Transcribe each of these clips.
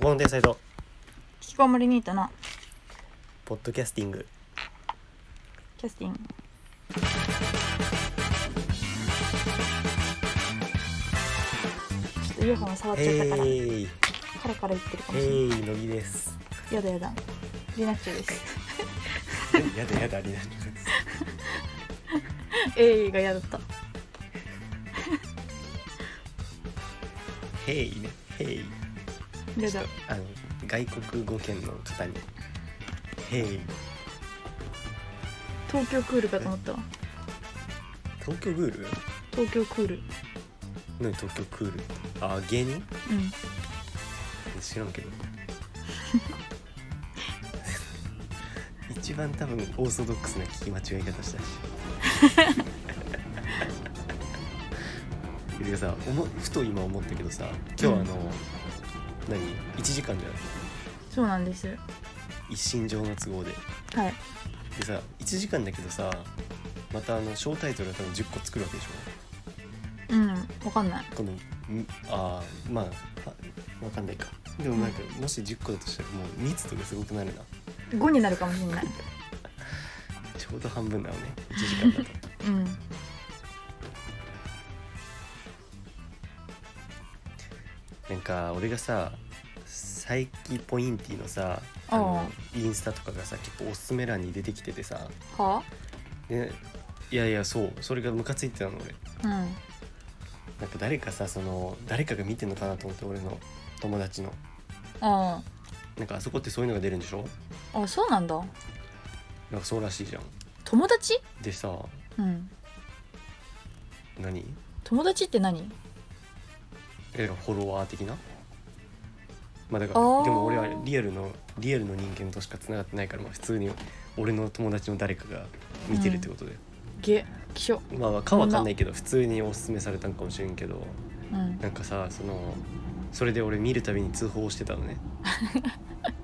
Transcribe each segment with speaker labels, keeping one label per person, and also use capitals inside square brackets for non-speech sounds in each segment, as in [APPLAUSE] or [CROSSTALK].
Speaker 1: この天才と
Speaker 2: 引きこもりニートの
Speaker 1: ポッドキャスティング
Speaker 2: キャスティングちょっとイヤホン触っちゃったから、
Speaker 1: へい
Speaker 2: カラカラ言ってるかもしれない
Speaker 1: へいのりです
Speaker 2: やだやだリナッチョです
Speaker 1: やだやだりな
Speaker 2: えいが嫌だった
Speaker 1: へいねへい
Speaker 2: や
Speaker 1: ちょ
Speaker 2: だ
Speaker 1: っとあの外国語圏の方にへい
Speaker 2: 東京クールかと思ったわ
Speaker 1: 東京グール
Speaker 2: 東京クール
Speaker 1: 何東京クールってあ芸人
Speaker 2: うん
Speaker 1: 知らんけど [LAUGHS] 一番多分オーソドックスな聞き間違い方したしてかさおもふと今思ったけどさ今日あの、
Speaker 2: うん
Speaker 1: 何1時間じゃない
Speaker 2: そうなんですは
Speaker 1: 一身上の都合で
Speaker 2: い
Speaker 1: でさ1時間だけどさまたあの小タイトルは多分10個作るわけでしょ
Speaker 2: うんわかんない
Speaker 1: このんあーまああわかんないかでもなんかもし10個だとしたらもう密とかすごくなるな
Speaker 2: 5になるかもしれない
Speaker 1: ちょうど半分だよね。1時間だと。
Speaker 2: うん
Speaker 1: なんか俺がさ、サイキポインティのさ、
Speaker 2: ああ
Speaker 1: あのインスタとかがさ、結構おすすめ欄に出てきててさ、
Speaker 2: は
Speaker 1: ね、いやいやそう、それがムカついてたの俺。
Speaker 2: うん
Speaker 1: なんか誰かさ、その誰かが見てんのかなと思って俺の友達の。
Speaker 2: あ
Speaker 1: なんかあそこってそういうのが出るんでしょ？
Speaker 2: ああそうなんだ
Speaker 1: なんかそうらしいじゃん。
Speaker 2: 友達
Speaker 1: でさ、
Speaker 2: うん
Speaker 1: 何？
Speaker 2: 友達って何
Speaker 1: えフォロワー的な？まあだか
Speaker 2: ああ
Speaker 1: らでも俺はリアルのリアルの人間としか繋がってないから、まあ普通に俺の友達の誰かが見てるってことで。
Speaker 2: ゲ気象
Speaker 1: まあまあかわかんないけど普通におすすめされたんかもしれんけど
Speaker 2: うん
Speaker 1: なんかさそのそれで俺見るたびに通報してたのね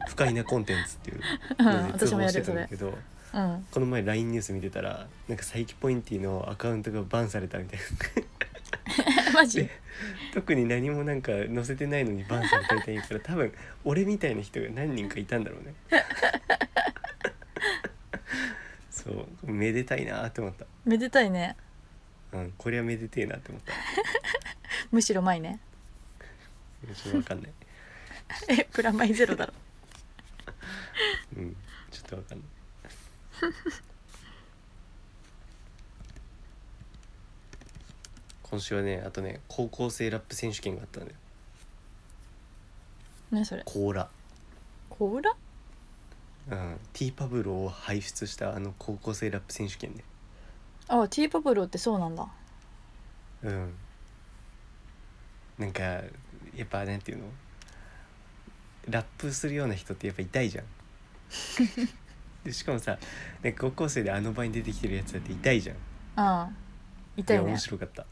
Speaker 1: 不快なコンテンツっていうので通
Speaker 2: 私も
Speaker 1: 報
Speaker 2: やる
Speaker 1: してたんだけど
Speaker 2: うん
Speaker 1: この前 LINE ニュース見てたらなんかサイキポインティのアカウントがバンされたみたいな
Speaker 2: [LAUGHS] マジ
Speaker 1: 特に何もなんか載せてないのにバンされたみたいに言うから多分俺みたいな人が何人かいたんだろうねそうめでたいなーって思っ
Speaker 2: めでたいね
Speaker 1: た、うん、これはめでてえなって思った
Speaker 2: むしろ前ね
Speaker 1: ちょっとわかんない
Speaker 2: えプラマイゼロだろ
Speaker 1: うん、ちょっとわかんない。今週はね、あとね、高校生ラップ選手権があったんだよ。
Speaker 2: [LAUGHS] 何それ
Speaker 1: コーラ。
Speaker 2: コーラ
Speaker 1: うん、ティーパブロを輩出したあの高校生ラップ選手権ね。
Speaker 2: あティーパブロってそうなんだ
Speaker 1: うん。なんか、やっぱなんていうのラップするような人ってやっぱ痛い
Speaker 2: [LAUGHS]
Speaker 1: じゃん。でしかもさ、なんか高校生であの場に出てきてるやつだって痛いじゃん。
Speaker 2: うん痛い
Speaker 1: や
Speaker 2: ね
Speaker 1: 面白かった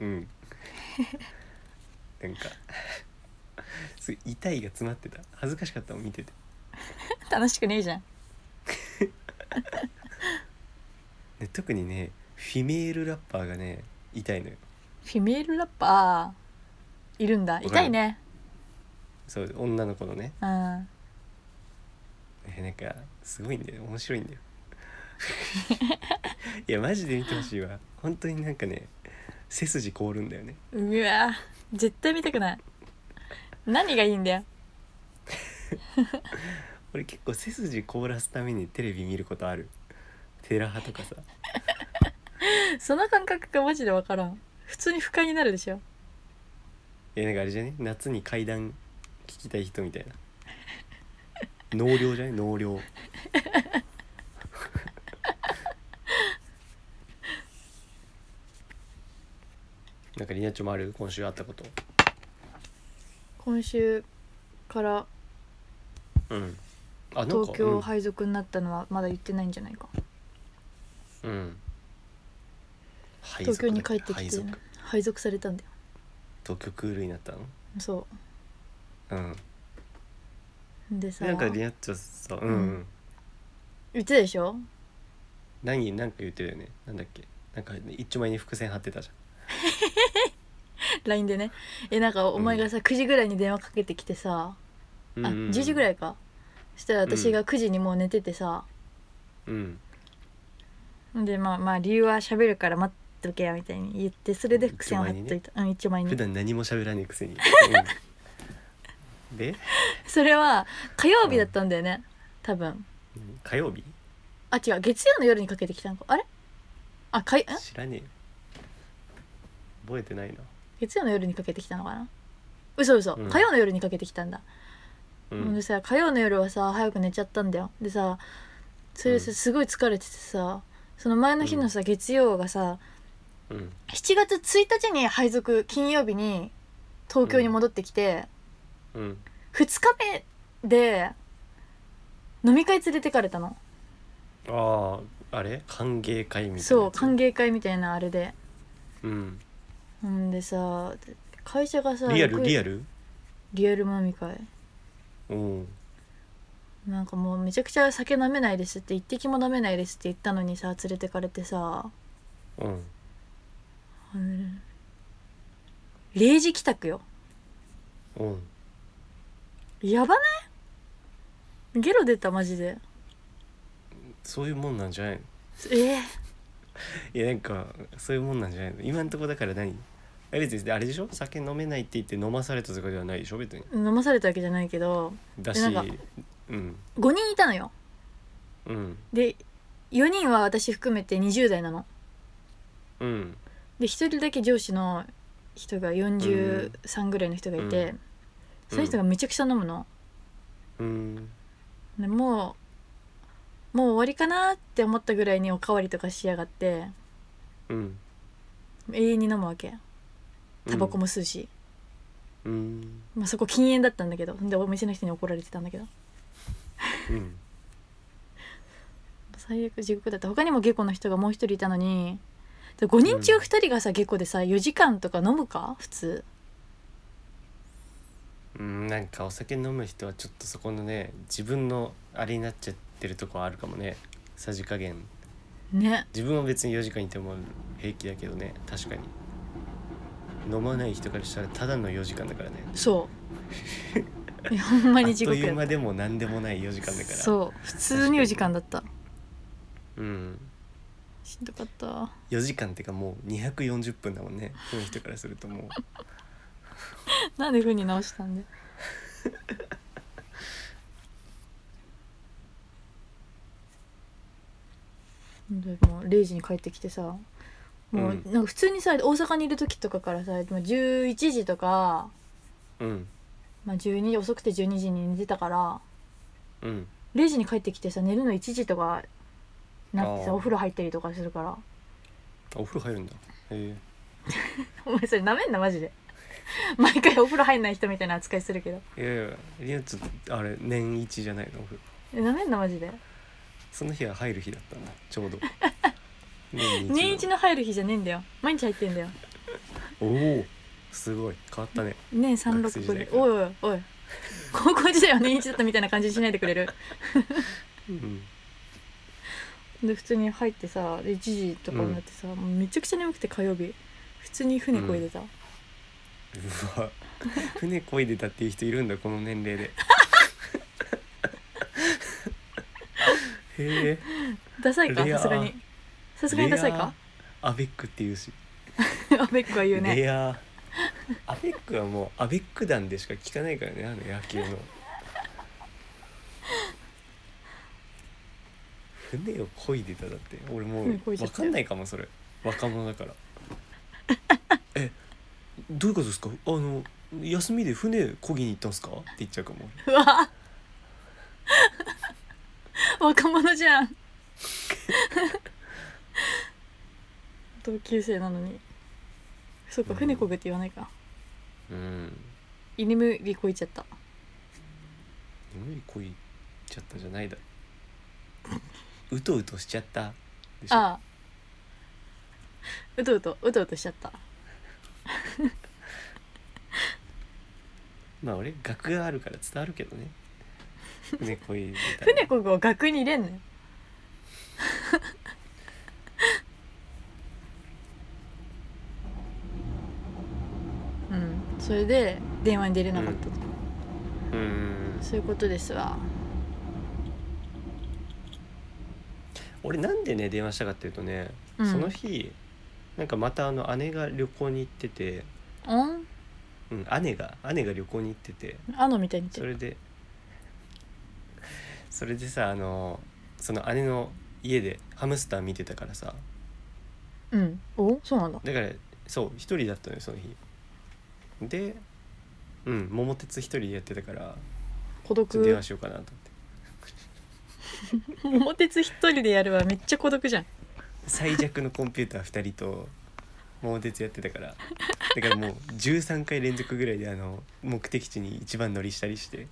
Speaker 1: うん
Speaker 2: [LAUGHS]
Speaker 1: なんかすごい痛いが詰まってた恥ずかしかったもん見てて
Speaker 2: [LAUGHS] 楽しくねえじゃん
Speaker 1: で特にねフィメールラッパーがね痛いのよ
Speaker 2: フィメールラッパーいるんだ
Speaker 1: る
Speaker 2: 痛いね
Speaker 1: そう女の子のね
Speaker 2: うん
Speaker 1: えなんかすごいんだよ面白いんだよ [LAUGHS] いやマジで見てほしいわ本当になんかね背筋凍るんだよね
Speaker 2: うわ絶対見たくない何がいいんだよ
Speaker 1: 俺結構背筋凍らすためにテレビ見ることあるテラ派とかさ
Speaker 2: その感覚がマジで分からん普通に不快になるでしょ
Speaker 1: えなんかあれじゃね夏に階段聞きたい人みたいな納涼じゃね納涼 [LAUGHS] なんかりなちょもある今週あったこと
Speaker 2: 今週から
Speaker 1: うんあなんか
Speaker 2: 東京配属になったのはまだ言ってないんじゃないか
Speaker 1: うん、うん配
Speaker 2: 東
Speaker 1: 属だ
Speaker 2: 京に帰ってきて
Speaker 1: 配
Speaker 2: 配
Speaker 1: 属
Speaker 2: 属されたんだよ
Speaker 1: 東京クールになったの
Speaker 2: そ
Speaker 1: うん
Speaker 2: うでさ
Speaker 1: なんかりなちょさうん、
Speaker 2: う
Speaker 1: うん、
Speaker 2: 言ってたでしょ
Speaker 1: 何なんか言ってたよねなんだっけなんか一丁前に伏線張ってたじ
Speaker 2: LINE でねえなんかお前がさ、9時ぐらいに電話かけてきてさ
Speaker 1: ゃうん
Speaker 2: あ10時ぐ
Speaker 1: い、
Speaker 2: らいかそしたら私が9時にもう寝ててさ、
Speaker 1: うん、
Speaker 2: でまあまあ理由は喋るから待っとけやみたいに言ってそれで伏線を張っといたうん一応前に,、
Speaker 1: 普段何も喋らないくせに、うん、で
Speaker 2: それは火曜日だったんだよね、多分
Speaker 1: うん火曜日
Speaker 2: あ違う月曜の夜にかけてきたんかあれあかいん
Speaker 1: 知らねえよ覚えてないな
Speaker 2: 月曜の夜にかけてきたのかな嘘嘘、
Speaker 1: うん
Speaker 2: 火曜の夜にかけてきたんだ、
Speaker 1: う
Speaker 2: ほんで
Speaker 1: ん
Speaker 2: さ火曜の夜はさ早く寝ちゃったんだよでさそれでさ
Speaker 1: うん
Speaker 2: すごい疲れててさその前の日のさ、月曜がさ
Speaker 1: うん
Speaker 2: 7月1日に配属金曜日に東京に戻ってきて、
Speaker 1: うん
Speaker 2: 2日目で飲み会連れてかれたの
Speaker 1: あああれ歓迎会みたいな
Speaker 2: そう歓
Speaker 1: 迎
Speaker 2: 迎会みたいなあれで
Speaker 1: うん
Speaker 2: ほんでさ会社がさ
Speaker 1: リアルリア
Speaker 2: ル
Speaker 1: ル
Speaker 2: リアル飲み会
Speaker 1: おう
Speaker 2: なんかもうめちゃくちゃ酒飲めないですって一滴も飲めないですって言ったのにさ連れてかれてさ
Speaker 1: うん
Speaker 2: あの0時帰宅よ
Speaker 1: おう
Speaker 2: やばないゲロ出たマジで
Speaker 1: そういうもんなんじゃないの
Speaker 2: ええ
Speaker 1: いやなんかそういうもんなんじゃないの今んとこだから何あれ別にあれでしょ酒飲めないって言って飲まされたとかではないでしょ別に
Speaker 2: 飲まされたわけじゃないけど
Speaker 1: だし
Speaker 2: えなんか
Speaker 1: うん
Speaker 2: 5人いたのよ
Speaker 1: うん
Speaker 2: で4人は私含めて20代なの
Speaker 1: うん
Speaker 2: で1人だけ上司の人が43ぐらいの人がいて、
Speaker 1: うん
Speaker 2: その人がめちゃくちゃ飲むの、
Speaker 1: うん
Speaker 2: でもうもう終わりかなって思ったぐらいにおかわりとかしやがって
Speaker 1: うん
Speaker 2: 永遠に飲むわけタバコも吸うし、
Speaker 1: うん
Speaker 2: まあ、そこ禁煙だったんだけどでお店の人に怒られてたんだけど
Speaker 1: うん
Speaker 2: 最悪地獄だった他にも下戸の人がもう一人いたのにで5人中2人がさ下戸でさ4時間とか飲むか普通
Speaker 1: うんなんかお酒飲む人はちょっとそこのね自分のあれになっちゃってるとこはあるかもねさじ加減
Speaker 2: ね
Speaker 1: 自分は別に4時間いても平気だけどね確かに飲まない人からしたらただの4時間だからね
Speaker 2: そ
Speaker 1: [LAUGHS]
Speaker 2: ういやほんま
Speaker 1: あ
Speaker 2: に
Speaker 1: っ
Speaker 2: 地
Speaker 1: と
Speaker 2: 獄
Speaker 1: いう
Speaker 2: やった
Speaker 1: 間でも何でもない4時間だから
Speaker 2: そう普通に4時間だった
Speaker 1: うん
Speaker 2: しんどかった [LAUGHS]
Speaker 1: 4時間ってかもう240分だもんねこの人からするとも
Speaker 2: なんでふうに直したんででもう0時に帰ってきてさもう
Speaker 1: うん
Speaker 2: なんか普通にさ大阪にいる時とかからさまあ11時とか、
Speaker 1: ううん
Speaker 2: まあ、12時遅くて12時に寝てたから
Speaker 1: うん
Speaker 2: 0時に帰ってきてさ寝るの1時とかなって
Speaker 1: あ
Speaker 2: さ
Speaker 1: ー
Speaker 2: お風呂入ったりとかするから [LAUGHS]
Speaker 1: お風呂入るんだへ
Speaker 2: お前それなめんなマジで [LAUGHS] 毎回お風呂入んない人みたいな扱いするけど
Speaker 1: えいやいやりなちょっとあれ年一じゃないのお風呂
Speaker 2: えなめんなマジで
Speaker 1: その日は入る日だったんだちょ
Speaker 2: [LAUGHS]
Speaker 1: うど年
Speaker 2: 年一の入る日じゃねえんだよ毎日入ってんだよ
Speaker 1: おおすごい変わったね
Speaker 2: ねえ三
Speaker 1: 学
Speaker 2: 六
Speaker 1: 生時代
Speaker 2: 五で
Speaker 1: から
Speaker 2: おいおいおい高校時代は年一だったみたいな感じにしないでくれる
Speaker 1: うん
Speaker 2: で普通に入ってさで1時とかになってさ、もうめちゃくちゃ眠くて火曜日普通に船こいでた、
Speaker 1: うわ船漕いでたっていう人いるんだこの年齢で
Speaker 2: [LAUGHS]
Speaker 1: へ
Speaker 2: ダサいか
Speaker 1: レア
Speaker 2: さすがにさ
Speaker 1: え
Speaker 2: すがにダサいか
Speaker 1: アベックっていうし
Speaker 2: [LAUGHS] アベックは言うね
Speaker 1: レアアベックはもうアベック団でしか聞かないからねあの野球の船を漕いでただって俺も
Speaker 2: 船
Speaker 1: う
Speaker 2: 漕いじゃ
Speaker 1: 分
Speaker 2: った
Speaker 1: か
Speaker 2: よ
Speaker 1: んないかもそれ若者だからえどういうことですかあの休みで船漕ぎに行ったんすかって言っちゃうかも
Speaker 2: うわ若者じゃん同級生なのにそうか
Speaker 1: うん
Speaker 2: 船こぐって言わないか、
Speaker 1: うん
Speaker 2: 居眠りこいちゃった
Speaker 1: 無理こいちゃったじゃないだうとうとしちゃったでしょ
Speaker 2: ああうとうとうとうとしちゃった
Speaker 1: まあ俺学があるから伝わるけどね
Speaker 2: [LAUGHS]
Speaker 1: 船こいでたら
Speaker 2: 船こぐを額に入れんのよ [LAUGHS] うんそれで電話に出れなかったと、
Speaker 1: ううん
Speaker 2: そういうことですわ
Speaker 1: 俺なんでね電話したかっていうとね、
Speaker 2: うん
Speaker 1: その日なんかまたあの姉が旅行に行ってて、
Speaker 2: うん
Speaker 1: うん、姉が姉が旅行に行ってて
Speaker 2: あのみたいに
Speaker 1: そ
Speaker 2: 言って
Speaker 1: れでそれでさあのその姉の家でハムスター見てたからさ
Speaker 2: うんおそうなんだ
Speaker 1: だからそう一人だったのよその日でうん桃鉄一人でやってたから
Speaker 2: 孤
Speaker 1: ちょっと電
Speaker 2: 独
Speaker 1: 話しようかなと思って
Speaker 2: 桃鉄一人でやるわめっちゃ孤独じゃん
Speaker 1: 最弱のコンピューター2人と猛鉄やってたからだからもう13回連続ぐらいであの目的地に一番乗りしたりして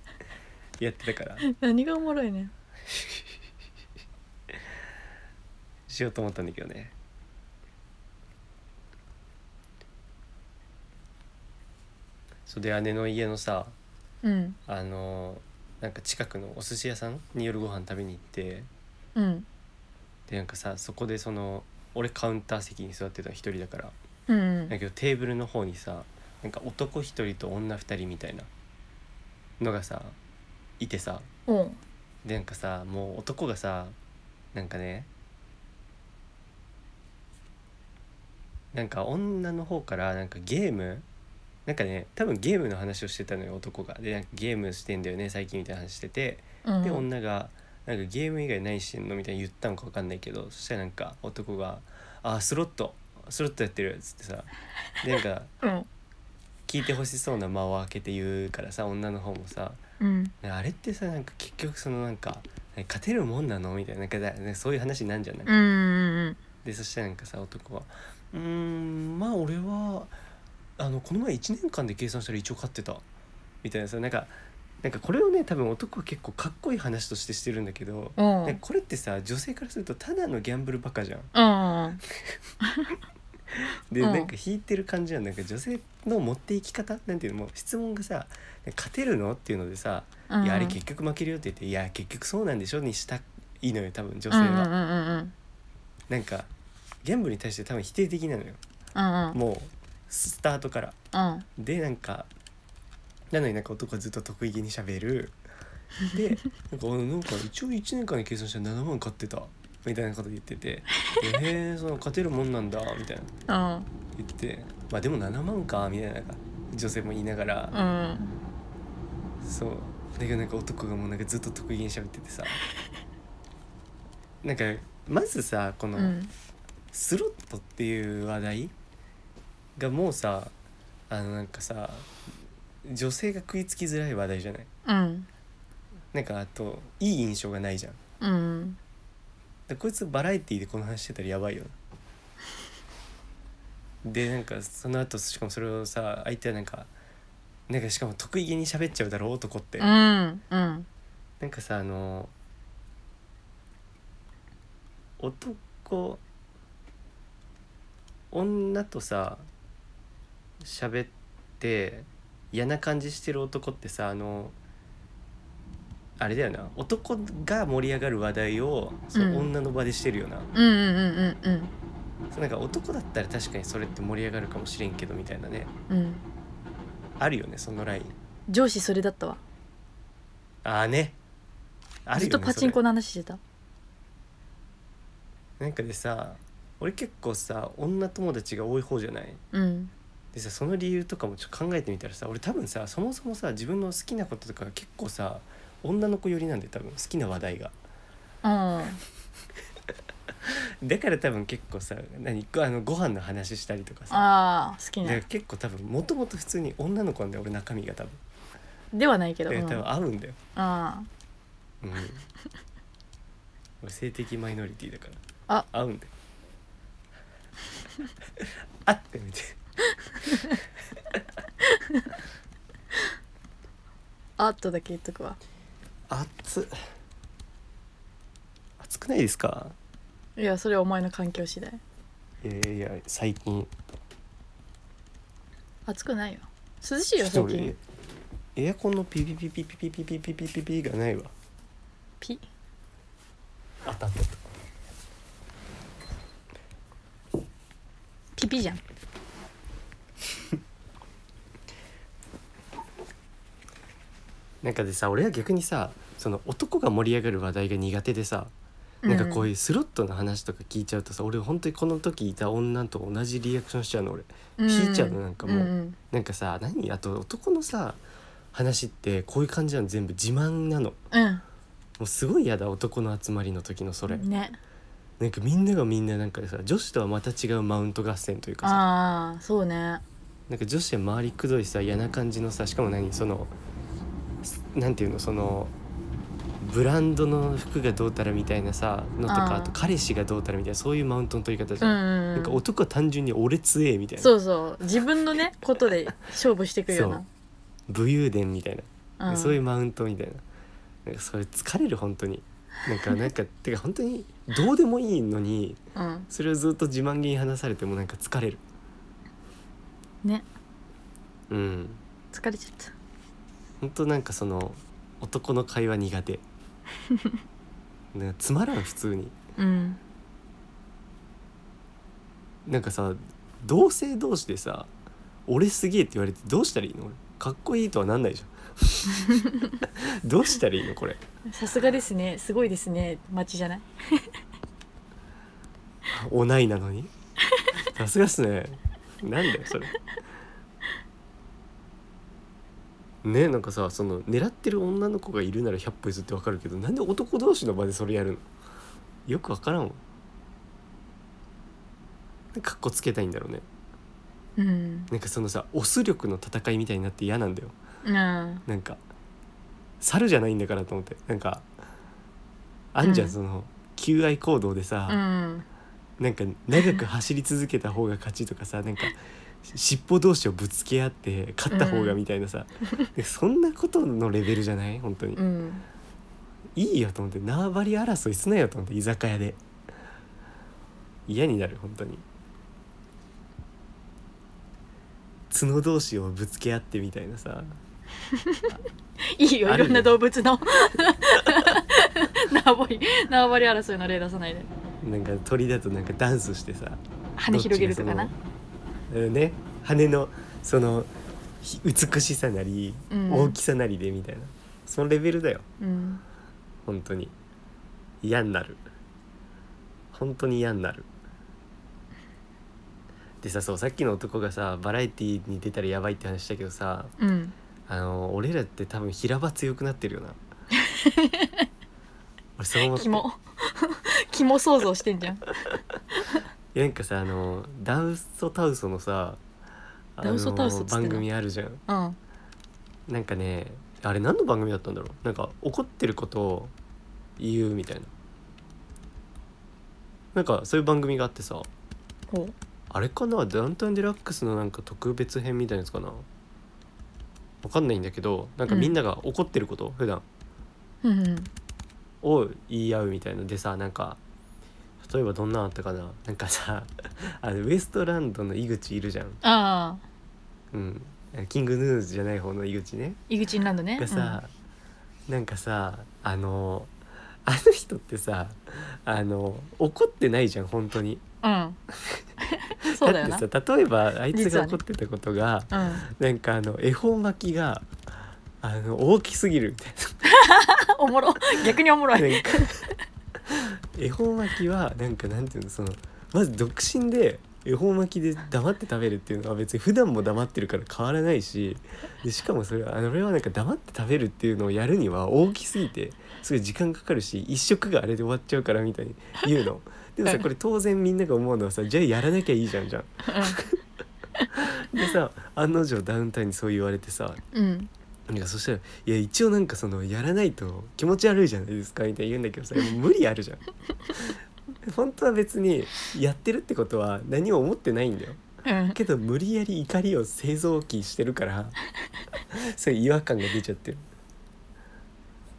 Speaker 1: やってたから
Speaker 2: 何がおもろいね
Speaker 1: しようと思ったんだけどねそうで姉の家のさ
Speaker 2: うん
Speaker 1: あのなんか近くのお寿司屋さんに夜ご飯食べに行って
Speaker 2: うん
Speaker 1: でなんかさそこでその俺カウンター席に座ってたの一人だから
Speaker 2: うん
Speaker 1: だけどテーブルの方にさなんか男一人と女二人みたいなのがさいてさ
Speaker 2: うんおう
Speaker 1: でなんかさもう男がさなんかねなんか女の方からなんかゲームなんかね多分ゲームの話をしてたのよ男がでなんかゲームしてんだよね最近みたいな話してて
Speaker 2: うん
Speaker 1: で女が「なんかゲーム以外何してんの?」みたいに言ったのか分かんないけどそしたらなんか男が「あスロットスロットやってる」っつってさでなんか
Speaker 2: うん
Speaker 1: 聞いてほしそうな間を空けて言うからさ女の方もさ
Speaker 2: うん
Speaker 1: 「あれってさなんか結局そのなんか勝てるもんなの?」みたいななんかだなんかそういう話になんじゃない、
Speaker 2: うんうん
Speaker 1: でそしたらなんかさ男は「うーんまあ俺はあのこの前1年間で計算したら一応勝ってた」みたいなさなんかなんかこれをね多分男は結構かっこいい話としてしてるんだけど、
Speaker 2: うん
Speaker 1: なんかこれってさ女性からするとただのギャンブルバカじゃん。
Speaker 2: うん
Speaker 1: で、
Speaker 2: うん
Speaker 1: なんか引いてる感じはなんか女性の持っていき方なんていうのもう質問がさ「勝てるの?」っていうのでさ「
Speaker 2: うん
Speaker 1: いやあれ結局負けるよ」って言って「いや結局そうなんでしょ」にしたいいのよ多分女性
Speaker 2: うん
Speaker 1: は。
Speaker 2: うんうんうん
Speaker 1: なんかギャンブルに対して多分否定的なのよ
Speaker 2: うんうん
Speaker 1: もうスタートから。
Speaker 2: うん
Speaker 1: でなんかなのになんか男はずっと得意げにしゃべるでなんかあのなんか一応1年間で計算したら7万買ってたみたいなこと言ってて「えー、その勝てるもんなんだ」みたいな
Speaker 2: うん
Speaker 1: 言って「まあでも7万か」みたいな女性も言いながら、
Speaker 2: うん
Speaker 1: そうだけどなんか男がもうなんかずっと得意げにしゃべっててさなんかまずさこの
Speaker 2: うん
Speaker 1: スロットっていう話題がもうさあのなんかさ女性が食いつきづらい話題じゃない
Speaker 2: うん
Speaker 1: なんかあといい印象がないじゃん
Speaker 2: うん
Speaker 1: でこいつバラエティでこの話してたらやばいよでなんかその後しかもそれをさ相手はなんかなんかしかも得意げに喋っちゃうだろう男って、
Speaker 2: うんうん
Speaker 1: なんかさあの男女とさ喋って嫌な感じしてる男ってさあのあれだよな男が盛り上がる話題をそう
Speaker 2: うん
Speaker 1: 女の場でしてるよな、
Speaker 2: うんうんうんうん
Speaker 1: そうなんか男だったら確かにそれって盛り上がるかもしれんけどみたいなね
Speaker 2: うんうん
Speaker 1: あるよねそのライン
Speaker 2: 上司それだったわ
Speaker 1: ああねある
Speaker 2: ず
Speaker 1: よね
Speaker 2: っとパチン
Speaker 1: それ
Speaker 2: コの話してた
Speaker 1: なんかでさ俺結構さ女友達が多い方じゃない
Speaker 2: うん
Speaker 1: でさその理由とかもちょっと考えてみたらさ俺多分さそもそもさ自分の好きなこととかが結構さ女の子寄りなんで多分好きな話題が
Speaker 2: うん
Speaker 1: だから多分結構さ何ごあのご飯の話したりとかさ
Speaker 2: ああ好き
Speaker 1: だ
Speaker 2: な
Speaker 1: から結構多分もともと普通に女の子なんだよ俺中身が多分
Speaker 2: ではないけど、
Speaker 1: だ
Speaker 2: う
Speaker 1: から多
Speaker 2: ん、
Speaker 1: 分合うんだよ、
Speaker 2: あ
Speaker 1: うん、俺性的マイノリティだから
Speaker 2: あ
Speaker 1: 合うんだ
Speaker 2: [LAUGHS]
Speaker 1: よあってみて
Speaker 2: ああとだけ言っとくわ
Speaker 1: 熱っ熱くないですか
Speaker 2: いやそれはお前の環境次第
Speaker 1: いやいやいや最近
Speaker 2: 暑くないよ涼しいよ
Speaker 1: ちょっと
Speaker 2: 最
Speaker 1: 俺
Speaker 2: 近
Speaker 1: エアコンのピピピピピピピピピピピピがないわ
Speaker 2: ピ
Speaker 1: あったあったあっ
Speaker 2: ピピじゃん
Speaker 1: たなんかでさ俺は逆にさその男が盛り上がる話題が苦手でさなんかこういうスロットの話とか聞いちゃうとさ、俺本当にこの時いた女と同じリアクションしちゃうの俺
Speaker 2: うん
Speaker 1: 引いちゃうのなんかもうんなんかさ何あと男のさ話ってこういう感じなの全部自慢なの
Speaker 2: うん
Speaker 1: もうすごい嫌だ男の集まりの時のそれ、
Speaker 2: ね
Speaker 1: なんかみんながみんななんかさ女子とはまた違うマウント合戦というかさ
Speaker 2: ああそうね
Speaker 1: なんか女子は周りくどいさ嫌な感じのさしかも何そのすなんていうのそのブランドの服がどうたらみたいなさのと
Speaker 2: あ
Speaker 1: か
Speaker 2: ー
Speaker 1: あと彼氏がどうたらみたいなそういうマウントの取り方じ
Speaker 2: う
Speaker 1: ゃ
Speaker 2: ん
Speaker 1: ん、
Speaker 2: うん
Speaker 1: な
Speaker 2: うんん
Speaker 1: か男は単純に俺強えみたいな
Speaker 2: そうそう自分のねことで勝負してくるよう
Speaker 1: 武勇伝みたいな
Speaker 2: な、うん、
Speaker 1: そういうマウントみたいななんかそれ疲れる本当になん
Speaker 2: [LAUGHS]
Speaker 1: かなんかてか本当にどうでもいいのに
Speaker 2: うん
Speaker 1: それをずっと自慢げに話されてもなんか疲れる
Speaker 2: ね
Speaker 1: うん
Speaker 2: 疲れちゃった
Speaker 1: 本当なんかその男の会話苦手 [LAUGHS] なんかつまらん普通に
Speaker 2: うん
Speaker 1: なんかさ同性同士でさ「俺すげえ」って言われてどうしたらいいの俺かっこいいとはなんないじゃん [LAUGHS] どうしたらいいのこれ
Speaker 2: さすがですねすごいですね街じゃない
Speaker 1: おないなのにさすがっすねなんだよそれねなんかさその狙ってる女の子がいるなら100歩譲ってわかるけどなんで男同士の場でそれやるのよくわからんわかっこつけたいんだろうね
Speaker 2: うん
Speaker 1: なんかそのさオス力の戦いみたいになって嫌なんだよ
Speaker 2: うん
Speaker 1: なんか猿じゃないんだからと思ってなんかあんじゃん、
Speaker 2: うん
Speaker 1: その求愛行動でさ、
Speaker 2: うん
Speaker 1: なんか長く走り続けた方が勝ちとかさなんかし尻尾同士をぶつけ合って勝った方がみたいなさ、でそんなことのレベルじゃない本当に、
Speaker 2: うん
Speaker 1: いいよと思って縄張り争いすなよと思って居酒屋で嫌になる本当に角同士をぶつけ合ってみたいなさ
Speaker 2: いいよ
Speaker 1: あ
Speaker 2: い
Speaker 1: るよ
Speaker 2: ろんな動物の [LAUGHS] 縄張り縄張り争いの例出さないで
Speaker 1: なんか鳥だとなんかダンスしてさ
Speaker 2: 羽広げるとかな
Speaker 1: どっちがそのうんね羽のそのひ美しさなり、
Speaker 2: うん
Speaker 1: 大きさなりでみたいなそのレベルだよ
Speaker 2: うん
Speaker 1: 本当に嫌になる本当に嫌になるでさそうさっきの男がさバラエティーに出たらやばいって話したけどさ
Speaker 2: うん
Speaker 1: あの俺らって多分平場強くなってるよ
Speaker 2: [LAUGHS]
Speaker 1: な俺そう思って
Speaker 2: 肝 [LAUGHS] 肝想像してんじゃん
Speaker 1: いやなんかさあのダウソタウソのさあ
Speaker 2: ダウソタウソっつ
Speaker 1: の
Speaker 2: ってんの
Speaker 1: 番組あるじゃん
Speaker 2: うん
Speaker 1: なんかねあれ何の番組だったんだろうなんか怒ってることを言うみたいななんかそういう番組があってさ
Speaker 2: ほう
Speaker 1: あれかなダウンタウンデラックスのなんか特別編みたいなやつかなわかんないんだけどなんかみんなが怒ってること、普段
Speaker 2: うんうん
Speaker 1: を言い合うみたいのでさなんか例えばどんなのあったかななんかさあのウエストランドの井口いるじゃん
Speaker 2: ああ
Speaker 1: うん、キングヌーズじゃない方の井口ね
Speaker 2: 井口インランドね
Speaker 1: がさ、なんかさあのあの人ってさあの怒ってないじゃん本当に
Speaker 2: うん、うん、 [LAUGHS] そうだよな
Speaker 1: ってさ例えばあいつ
Speaker 2: 実
Speaker 1: が
Speaker 2: はね
Speaker 1: 怒ってたことが、
Speaker 2: うん
Speaker 1: なんかあの恵方巻きがあの大きすぎるみたい
Speaker 2: おもろ逆におもろい、
Speaker 1: ななんか恵方巻きはなんかなんていうのそのまず独身で恵方巻きで黙って食べるっていうのは別に普段も黙ってるから変わらないしでしかもそれはあの俺はなんか黙って食べるっていうのをやるには大きすぎてすごい時間かかるし一食があれで終わっちゃうからみたいに言うの。でもさこれ当然みんなが思うのはさじゃあやらなきゃいいじゃんじゃん。でさ案の定ダウンタウンにそう言われてさ
Speaker 2: うんう
Speaker 1: な
Speaker 2: ん
Speaker 1: んかそしたら「いや一応なんかそのやらないと気持ち悪いじゃないですか」みたいに言うんだけどさもう無理あるじゃん。本当は別にやってるってことは何も思ってないんだよ。
Speaker 2: うん
Speaker 1: けど無理やり怒りを製造機してるからそういう違和感が出ちゃってる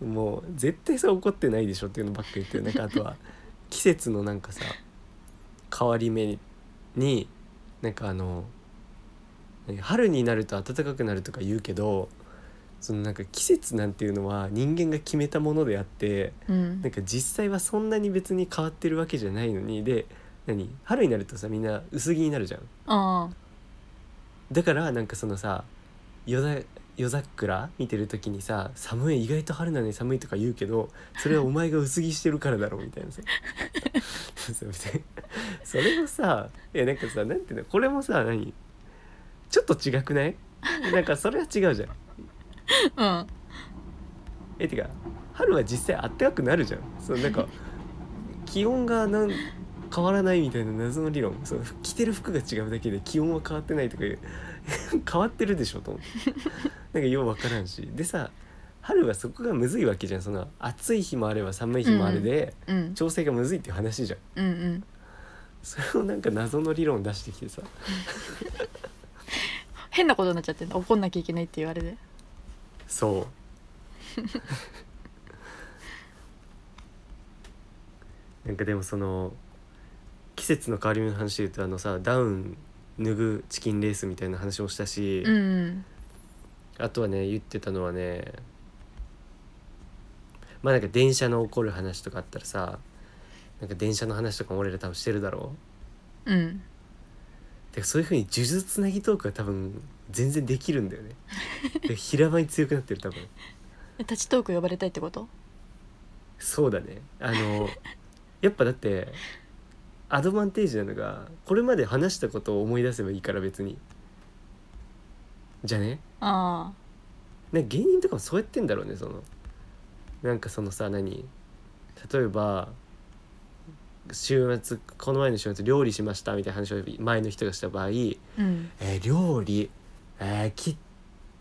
Speaker 1: もう絶対それ怒ってないでしょっていうのばっか言ってるなんかあとは季節のなんかさ変わり目になんかあの何春になると暖かくなるとか言うけどそのなんか季節なんていうのは人間が決めたものであって
Speaker 2: うん
Speaker 1: なんか実際はそんなに別に変わってるわけじゃないのにで何春になるとさみんな薄着になるじゃん。
Speaker 2: あ
Speaker 1: だからなんかそのさよだ夜桜見てる時にさ「寒い意外と春なのに寒い」とか言うけどそれはお前が薄着してるからだろみたいなさそう別にそれをさいやなんかさなんていうのこれもさ何ちょっと違くないなんかそれは違うじゃん
Speaker 2: うん
Speaker 1: えてか春は実際あったかくなるじゃんそうなん
Speaker 2: [LAUGHS]
Speaker 1: か気温がなん変わらないみたいな謎の理論そう着てる服が違うだけで気温は変わってないとかいう [LAUGHS] 変わってるでしょと思
Speaker 2: [LAUGHS]
Speaker 1: ってなんかよう分からんしでさ春はそこがむずいわけじゃんその暑い日もあれば寒い日もあれで、
Speaker 2: うん
Speaker 1: 調整がむずいっていう話じゃん
Speaker 2: うんうん
Speaker 1: それをなんか謎の理論出してきてさ
Speaker 2: 変なことになっちゃってんだ怒んなきゃいけないっていうあれで
Speaker 1: そう
Speaker 2: [LAUGHS]
Speaker 1: なんかでもその季節の変わり目の話で言うとあのさダウン脱ぐチキンレースみたいな話もしたし、
Speaker 2: うんうん
Speaker 1: あとはね言ってたのはねまあなんか電車の起こる話とかあったらさなんか電車の話とかも俺ら多分してるだろ
Speaker 2: うん
Speaker 1: うてかそういうふうに呪術つなぎトークは多分全然できるんだ
Speaker 2: [LAUGHS]
Speaker 1: よねで平場に強くなってる多分
Speaker 2: え立ちトーク呼ばれたいってこと
Speaker 1: そうだねあのやっぱだってアドバンテージなのがこれまで話したことを思い出せばいいから別にじゃね
Speaker 2: あ
Speaker 1: なんか芸人とかもそうやってんだろうねそのなんかそのさ何例えば週末この前の週末料理しましたみたいな話を前の人がした場合、
Speaker 2: あうん
Speaker 1: えー料理、えーキッ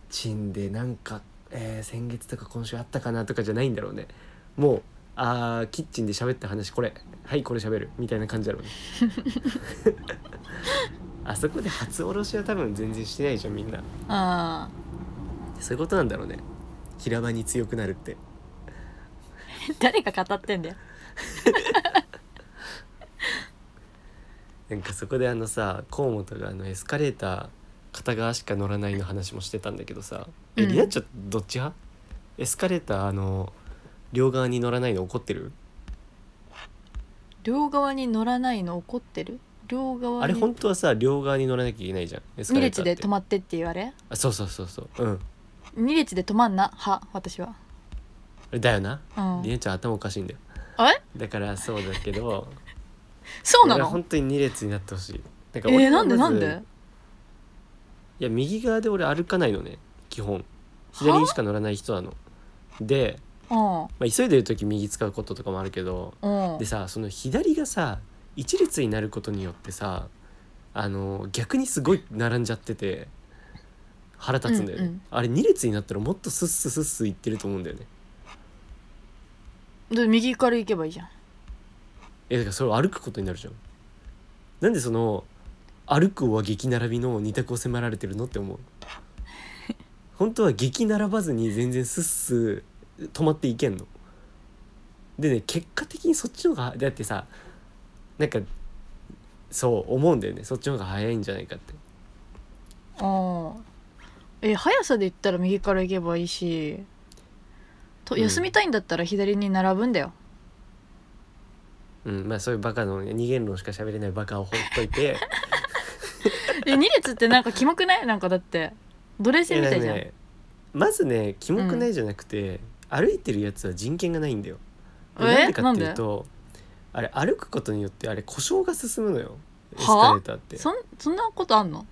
Speaker 1: チンでなんか、えー先月とか今週あったかなとかじゃないんだろうねもうあーキッチンで喋った話これはいこれ喋るみたいな感じだろうねあそこで初おろしは多分全然してないじゃんみんな
Speaker 2: ああ
Speaker 1: そういうことなんだろうね平場に強くなるって [LAUGHS]
Speaker 2: 誰が語ってんだよ
Speaker 1: なんかそこであのさ河本があのエスカレーター片側しか乗らないの話もしてたんだけどさ、
Speaker 2: う
Speaker 1: え
Speaker 2: ん
Speaker 1: リナちゃんどっち派エスカレーターあの両側に乗らないの怒ってる
Speaker 2: 両側に乗らないの怒ってる両側
Speaker 1: あれ
Speaker 2: に
Speaker 1: 本当はさ両側に乗らなきゃいけないじゃんエスカ
Speaker 2: 二
Speaker 1: レーター
Speaker 2: 列で
Speaker 1: って
Speaker 2: 止まってって言われ
Speaker 1: あそうそうそうそううん
Speaker 2: 二列で止まんなは私は
Speaker 1: だよな
Speaker 2: うん
Speaker 1: りなちゃん頭おかしいんだよ
Speaker 2: え
Speaker 1: だからそうだけど
Speaker 2: そうな
Speaker 1: 俺は
Speaker 2: の
Speaker 1: 本当に2列になってほしいなん
Speaker 2: え
Speaker 1: 俺
Speaker 2: ー、
Speaker 1: は
Speaker 2: なんでな
Speaker 1: ま
Speaker 2: ん
Speaker 1: ず
Speaker 2: で
Speaker 1: いや右側で俺歩かないのね基本左にしか乗らない人なので、
Speaker 2: うん
Speaker 1: まあ、急いでる時右使うこととかもあるけど
Speaker 2: うん
Speaker 1: でさその左がさ一列になることによってさあの逆にすごい並んじゃってて腹立つんだよね、
Speaker 2: うんうん
Speaker 1: あれ2列になったらもっとスッススッスいってると思うんだよね
Speaker 2: で右から行けばいいじゃん
Speaker 1: えだからそれ歩くことになるじゃんなんでその歩くは激並びの二択を迫られてるのって思う本当は激並ばずに全然スッス止まっていけんのでね結果的にそっちの方がだってさなんかそう思うんだよねそっちの方が早いんじゃないかって
Speaker 2: うんえ速さで言ったら右から行けばいいしと
Speaker 1: うん
Speaker 2: 休みたいんだったら左に並ぶんだよ、
Speaker 1: うんまあそういうバカの二元論しか喋れないバカをほっといて
Speaker 2: え2列ってなんかキモくない [LAUGHS] なんかだって奴隷制みたいじゃん、
Speaker 1: いやねまずねキモくないじゃなくて、歩いてるやつは人権がないんだよでなん
Speaker 2: え
Speaker 1: でか
Speaker 2: な
Speaker 1: っ
Speaker 2: ん
Speaker 1: て
Speaker 2: で
Speaker 1: いうとあれ歩くことによってあれ故障が進むのよエス
Speaker 2: はあ
Speaker 1: カレーターって
Speaker 2: そんそんなことあんの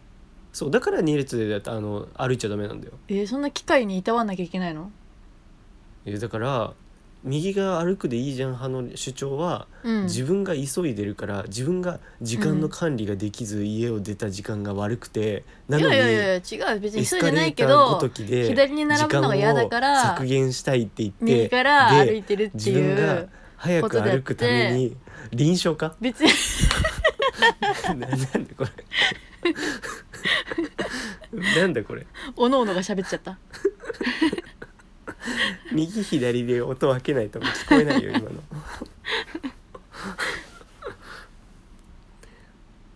Speaker 1: そうだから2列でだとあの歩いちゃダメなんだよ
Speaker 2: えそんな機械にいたわんなきゃいけないの
Speaker 1: えだから右が歩くでいいじゃん派の主張は、
Speaker 2: うん
Speaker 1: 自分が急いでるから自分が時間の管理ができず家を出た時間が悪くて、ないの
Speaker 2: や
Speaker 1: に
Speaker 2: いやいや違う別に
Speaker 1: エ
Speaker 2: 急
Speaker 1: ス
Speaker 2: い
Speaker 1: カ
Speaker 2: でな
Speaker 1: レ
Speaker 2: い
Speaker 1: ー
Speaker 2: け
Speaker 1: ターご
Speaker 2: ど
Speaker 1: ときで
Speaker 2: 左に並ぶのが嫌だから
Speaker 1: 時間を削減したいって言って
Speaker 2: 右から
Speaker 1: で
Speaker 2: 歩いてるって
Speaker 1: 自
Speaker 2: い
Speaker 1: 分が
Speaker 2: う
Speaker 1: 早く歩くために臨床か
Speaker 2: 別に
Speaker 1: [LAUGHS] なんだこれ [LAUGHS] なんだこれ
Speaker 2: おのおのが喋っちゃった
Speaker 1: 右左で音を開けないと聞こえないよ今の [LAUGHS]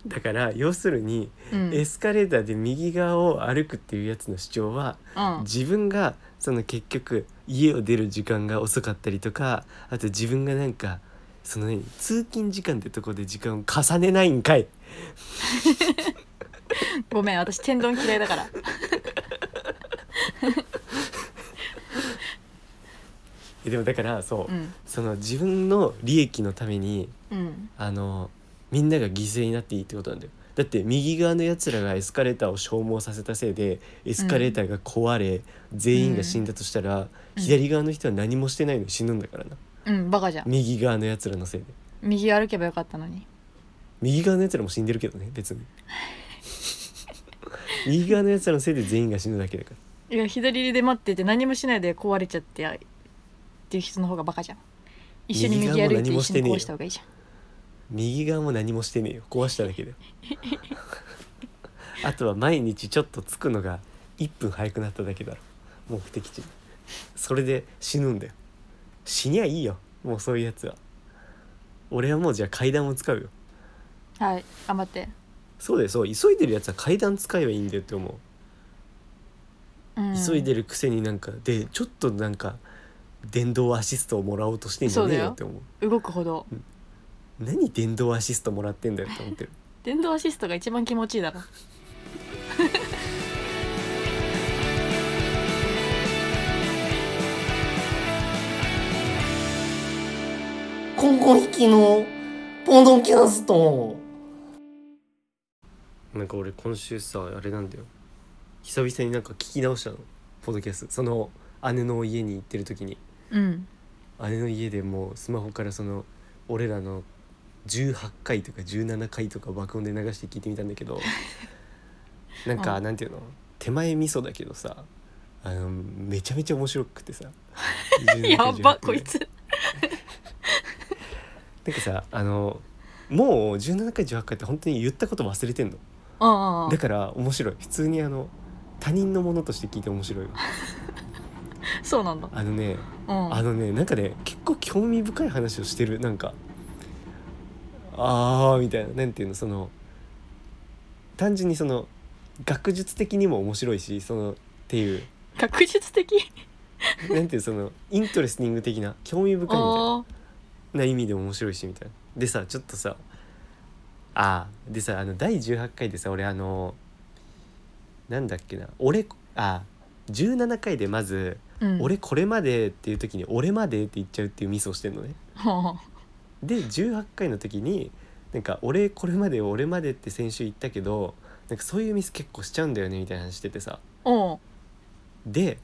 Speaker 1: だから要するに、
Speaker 2: うん
Speaker 1: エスカレーターで右側を歩くっていうやつの主張は
Speaker 2: うん
Speaker 1: 自分がその結局家を出る時間が遅かったりとかあと自分がなんかその何通勤時間ってとこで時間を重ねないんかい
Speaker 2: ごめん私天丼嫌いだから
Speaker 1: えでもだからそう、
Speaker 2: うん
Speaker 1: その自分の利益のために
Speaker 2: うん
Speaker 1: あのみんなが犠牲になっていいってことなんだよだって右側のやつらがエスカレーターを消耗させたせいでエスカレーターが壊れ、全員が死んだとしたら、
Speaker 2: うん
Speaker 1: 左側の人は何もしてないのに死ぬんだからな、
Speaker 2: うんバカじゃん
Speaker 1: 右側のやつらのせいで
Speaker 2: 右歩けばよかったのに
Speaker 1: 右側のやつらも死んでるけどね別
Speaker 2: [LAUGHS]
Speaker 1: に右側のやつらのせいで全員が死ぬだけだから
Speaker 2: いや左で待ってて何もしないで壊れちゃってっていう人の方がバカじゃん一緒に右歩いて
Speaker 1: 右側も何も
Speaker 2: 一
Speaker 1: し
Speaker 2: 緒
Speaker 1: て
Speaker 2: に
Speaker 1: ねえよ
Speaker 2: 壊した方がいいじゃん
Speaker 1: 右側も何もしてねえよ壊しただけ
Speaker 2: [LAUGHS]
Speaker 1: だよあとは毎日ちょっと着くのが1分早くなっただけだろ目的地にそれで死ぬんだよ死にゃいいよもうそういうやつは俺はもうじゃあ階段を使うよ
Speaker 2: はい頑張って、
Speaker 1: そうだよそう急いでるやつは階段使えばいいんだよって思う
Speaker 2: うん、
Speaker 1: 急いでるくせになんかでちょっとなんか電動アシストをもらおうとしてんじゃねえよって思う
Speaker 2: 動くほど
Speaker 1: 何電動アシストもらってんだよって思ってる
Speaker 2: 電動アシストが一番気持ちいいだろ
Speaker 3: 今後引きのポンドキャスト
Speaker 1: なんか俺今週さあれなんだよ久々になんか聞き直したのポッドキャストその姉の家に行ってる時に
Speaker 2: うん
Speaker 1: 姉の家でもうスマホからその俺らの18回とか17回とか爆音で流して聞いてみたんだ
Speaker 3: [LAUGHS]
Speaker 1: けどなんか
Speaker 2: うん
Speaker 1: なんていうの手前味噌だけどさあのめちゃめちゃ面白く
Speaker 3: [LAUGHS]
Speaker 1: てさ17回
Speaker 2: やば
Speaker 1: 18回
Speaker 2: こいつ
Speaker 1: なんかさあのもう17回18回って本当に言ったこと忘れてんの
Speaker 2: うんうんうん
Speaker 1: だから面白い普通にあの他人のものとして聞いて面白いわ
Speaker 2: そうなんだ
Speaker 1: あのね
Speaker 2: うん
Speaker 1: あのねなんかね結構興味深い話をしてるなんかあーみたいななんていうのその単純にその学術的にも面白いしそのっていう
Speaker 2: 学術的
Speaker 1: なんていうそのイントレスティング的な興味深いみたいな
Speaker 2: おー
Speaker 1: な意味で面白いしみたいなでさちょっとさあーでさあの第18回でさ俺あのなんだっけな俺あ17回でまず
Speaker 2: うん
Speaker 1: 「俺これまで」っていう時に「俺まで」って言っちゃうっていうミスをしてんのね
Speaker 2: は
Speaker 1: で18回の時になんか「俺これまで俺まで」って先週言ったけどなんかそういうミス結構しちゃうんだよねみたいな話しててさ
Speaker 2: あうん
Speaker 1: で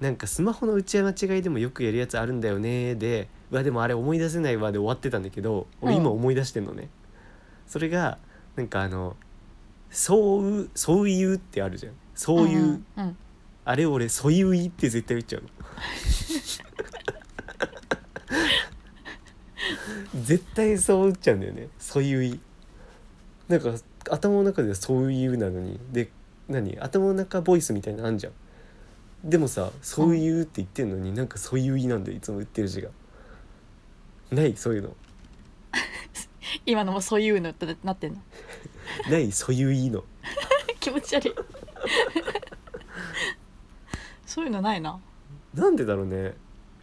Speaker 1: なんかスマホの打ち間違いでもよくやるやつあるんだよねでうわでもあれ思い出せないわで終わってたんだけど俺
Speaker 2: うん
Speaker 1: 今思い出してんのね、それがなんかあの「そううそういう」ってあるじゃんそういう、
Speaker 2: うんうん
Speaker 1: あれ俺「そういうい」って絶対言っちゃ [LAUGHS] うの絶対そう打っちゃうんだよね「そういうい」なんか頭の中ではそういうなのにで何頭の中ボイスみたいなのあんじゃんでもさ「そういう」って言ってんのになんか「そういうい」なんだよいつも言ってる字がないそういうの
Speaker 2: 今のもそういうのってなってんの
Speaker 1: ない「そういうい」の
Speaker 2: 気持ち悪いそういうのないな
Speaker 1: なんでだろうね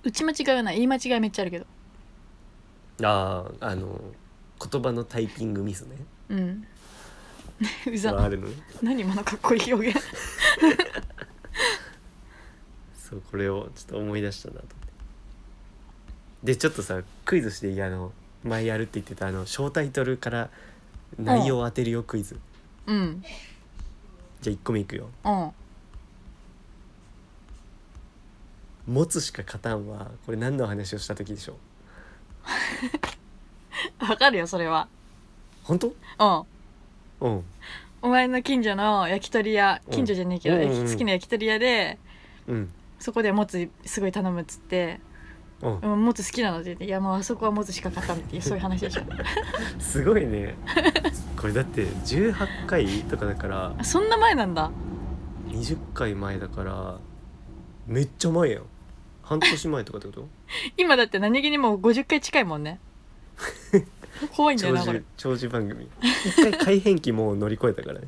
Speaker 2: 打ち間違いはない言い間違いめっちゃあるけど
Speaker 1: あああの言葉のタイピングミスね
Speaker 2: うんう
Speaker 1: があ
Speaker 2: ざ
Speaker 1: るのね
Speaker 2: 何今のかっこいい表現
Speaker 1: そうこれをちょっと思い出したなと思ってでちょっとさクイズしていいあの前やるって言ってたあの小タイトルから内容を当てるよクイズ、
Speaker 2: うん
Speaker 1: じゃあ1個目いくよ
Speaker 2: うん
Speaker 1: 「持つしか勝たんは」これ何の話をした時でしょう
Speaker 2: わかるよそれは
Speaker 1: 本当
Speaker 2: うん
Speaker 1: うん
Speaker 2: お前の近所の焼き鳥屋
Speaker 1: うん
Speaker 2: 近所じゃねえけど、
Speaker 1: うんうんうん
Speaker 2: 焼き好きな焼き鳥屋で
Speaker 1: うん
Speaker 2: そこでもつすごい頼むっつって
Speaker 1: うん
Speaker 2: 「うんもつ好きなの?」って言って「いやもうあそこはもつしか買ったん」っていうそういう話でしょ
Speaker 1: すごいねこれだって18回とかだから
Speaker 2: そんな前なんだ
Speaker 1: 20回前だからめっちゃ前やん半年前とかってこと
Speaker 2: 今だって何気にもう50回近いもん
Speaker 1: [LAUGHS]
Speaker 2: ね怖いんだよ
Speaker 1: 長
Speaker 2: なこれ
Speaker 1: 寿長寿番組一回改変期もう乗り越えたからね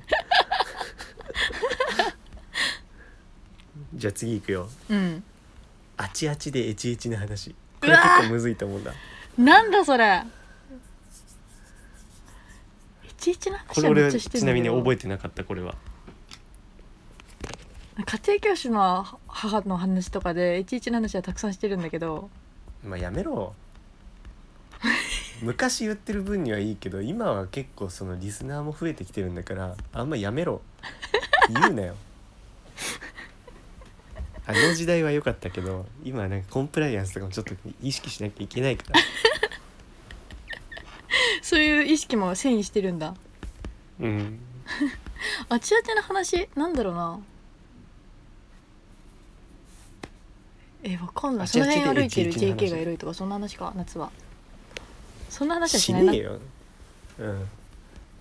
Speaker 1: [LAUGHS] じゃあ次行くよ
Speaker 2: うん
Speaker 1: あちあちでエチエチな話こ
Speaker 2: う
Speaker 1: れ
Speaker 2: わ
Speaker 1: 結
Speaker 2: ー
Speaker 1: 構むずいと思うんだ
Speaker 2: なんだそれいちいちな
Speaker 1: これ俺
Speaker 2: めっ
Speaker 1: ち
Speaker 2: ゃしてん
Speaker 1: な
Speaker 2: だ
Speaker 1: み
Speaker 2: け
Speaker 1: に
Speaker 2: ど
Speaker 1: 覚えてなかったこれは
Speaker 2: 家庭教師の母の話とかでいちいちの話はたくさんしてるんだけど
Speaker 1: まあやめろ [LAUGHS] 昔言ってる分にはいいけど今は結構そのリスナーも増えてきてるんだからあんまやめろ言うなよあの時代は良かったけど今はなんかコンプライアンスとかもちょっと意識しなきゃいけないから
Speaker 2: そういう意識も遷移してるんだ
Speaker 1: うん
Speaker 2: あちあちの話なんだろうなえわかんない
Speaker 1: あ
Speaker 2: そ
Speaker 1: ちあ
Speaker 2: の
Speaker 1: ちで
Speaker 2: 辺歩いてる
Speaker 1: JK の話
Speaker 2: JK がエロいとかそんな話か夏はそんな話はし
Speaker 1: し
Speaker 2: ないな
Speaker 1: ねえようん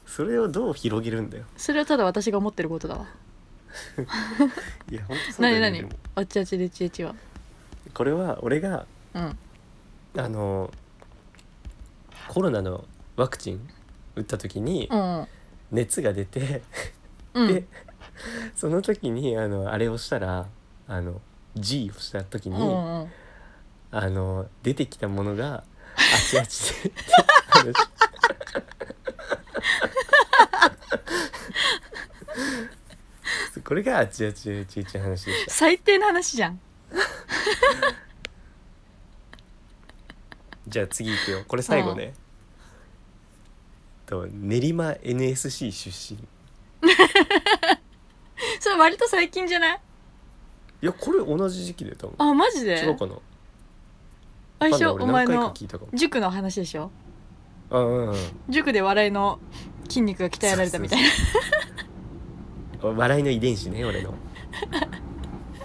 Speaker 1: それをどう広げるんだよ
Speaker 2: それはただ私が思ってることだわ
Speaker 1: いや本当そうだ
Speaker 2: 何
Speaker 1: よね
Speaker 2: 何
Speaker 1: でも
Speaker 2: あちあちでちえちは
Speaker 1: これは俺が
Speaker 2: うん
Speaker 1: あのコロナのワクチン打った時に
Speaker 2: うん
Speaker 1: 熱が出て、
Speaker 2: うん
Speaker 1: でその時にあのあれをしたらあの G をした時に、
Speaker 2: うんうんうん
Speaker 1: あの出てきたものが「あちあちで」って話そうこれが「あちあちでちいちゃい話」でした。
Speaker 2: 最低の話じゃん
Speaker 1: じゃあ次行くよこれ最後ね。と練馬 NSC 出身
Speaker 2: それ割と最近じゃない
Speaker 1: いやこれ同じ時期で多分
Speaker 2: あマジ
Speaker 1: 違
Speaker 2: で
Speaker 1: うかなわかん
Speaker 2: 相
Speaker 1: ない
Speaker 2: 性
Speaker 1: 俺
Speaker 2: お
Speaker 1: 何
Speaker 2: 前
Speaker 1: 回
Speaker 2: の
Speaker 1: か聞いたかも
Speaker 2: 塾の話でしょ
Speaker 1: あうんうん
Speaker 2: 塾で笑いの筋肉が鍛えられたみたいな
Speaker 1: な笑いの遺伝子ね俺の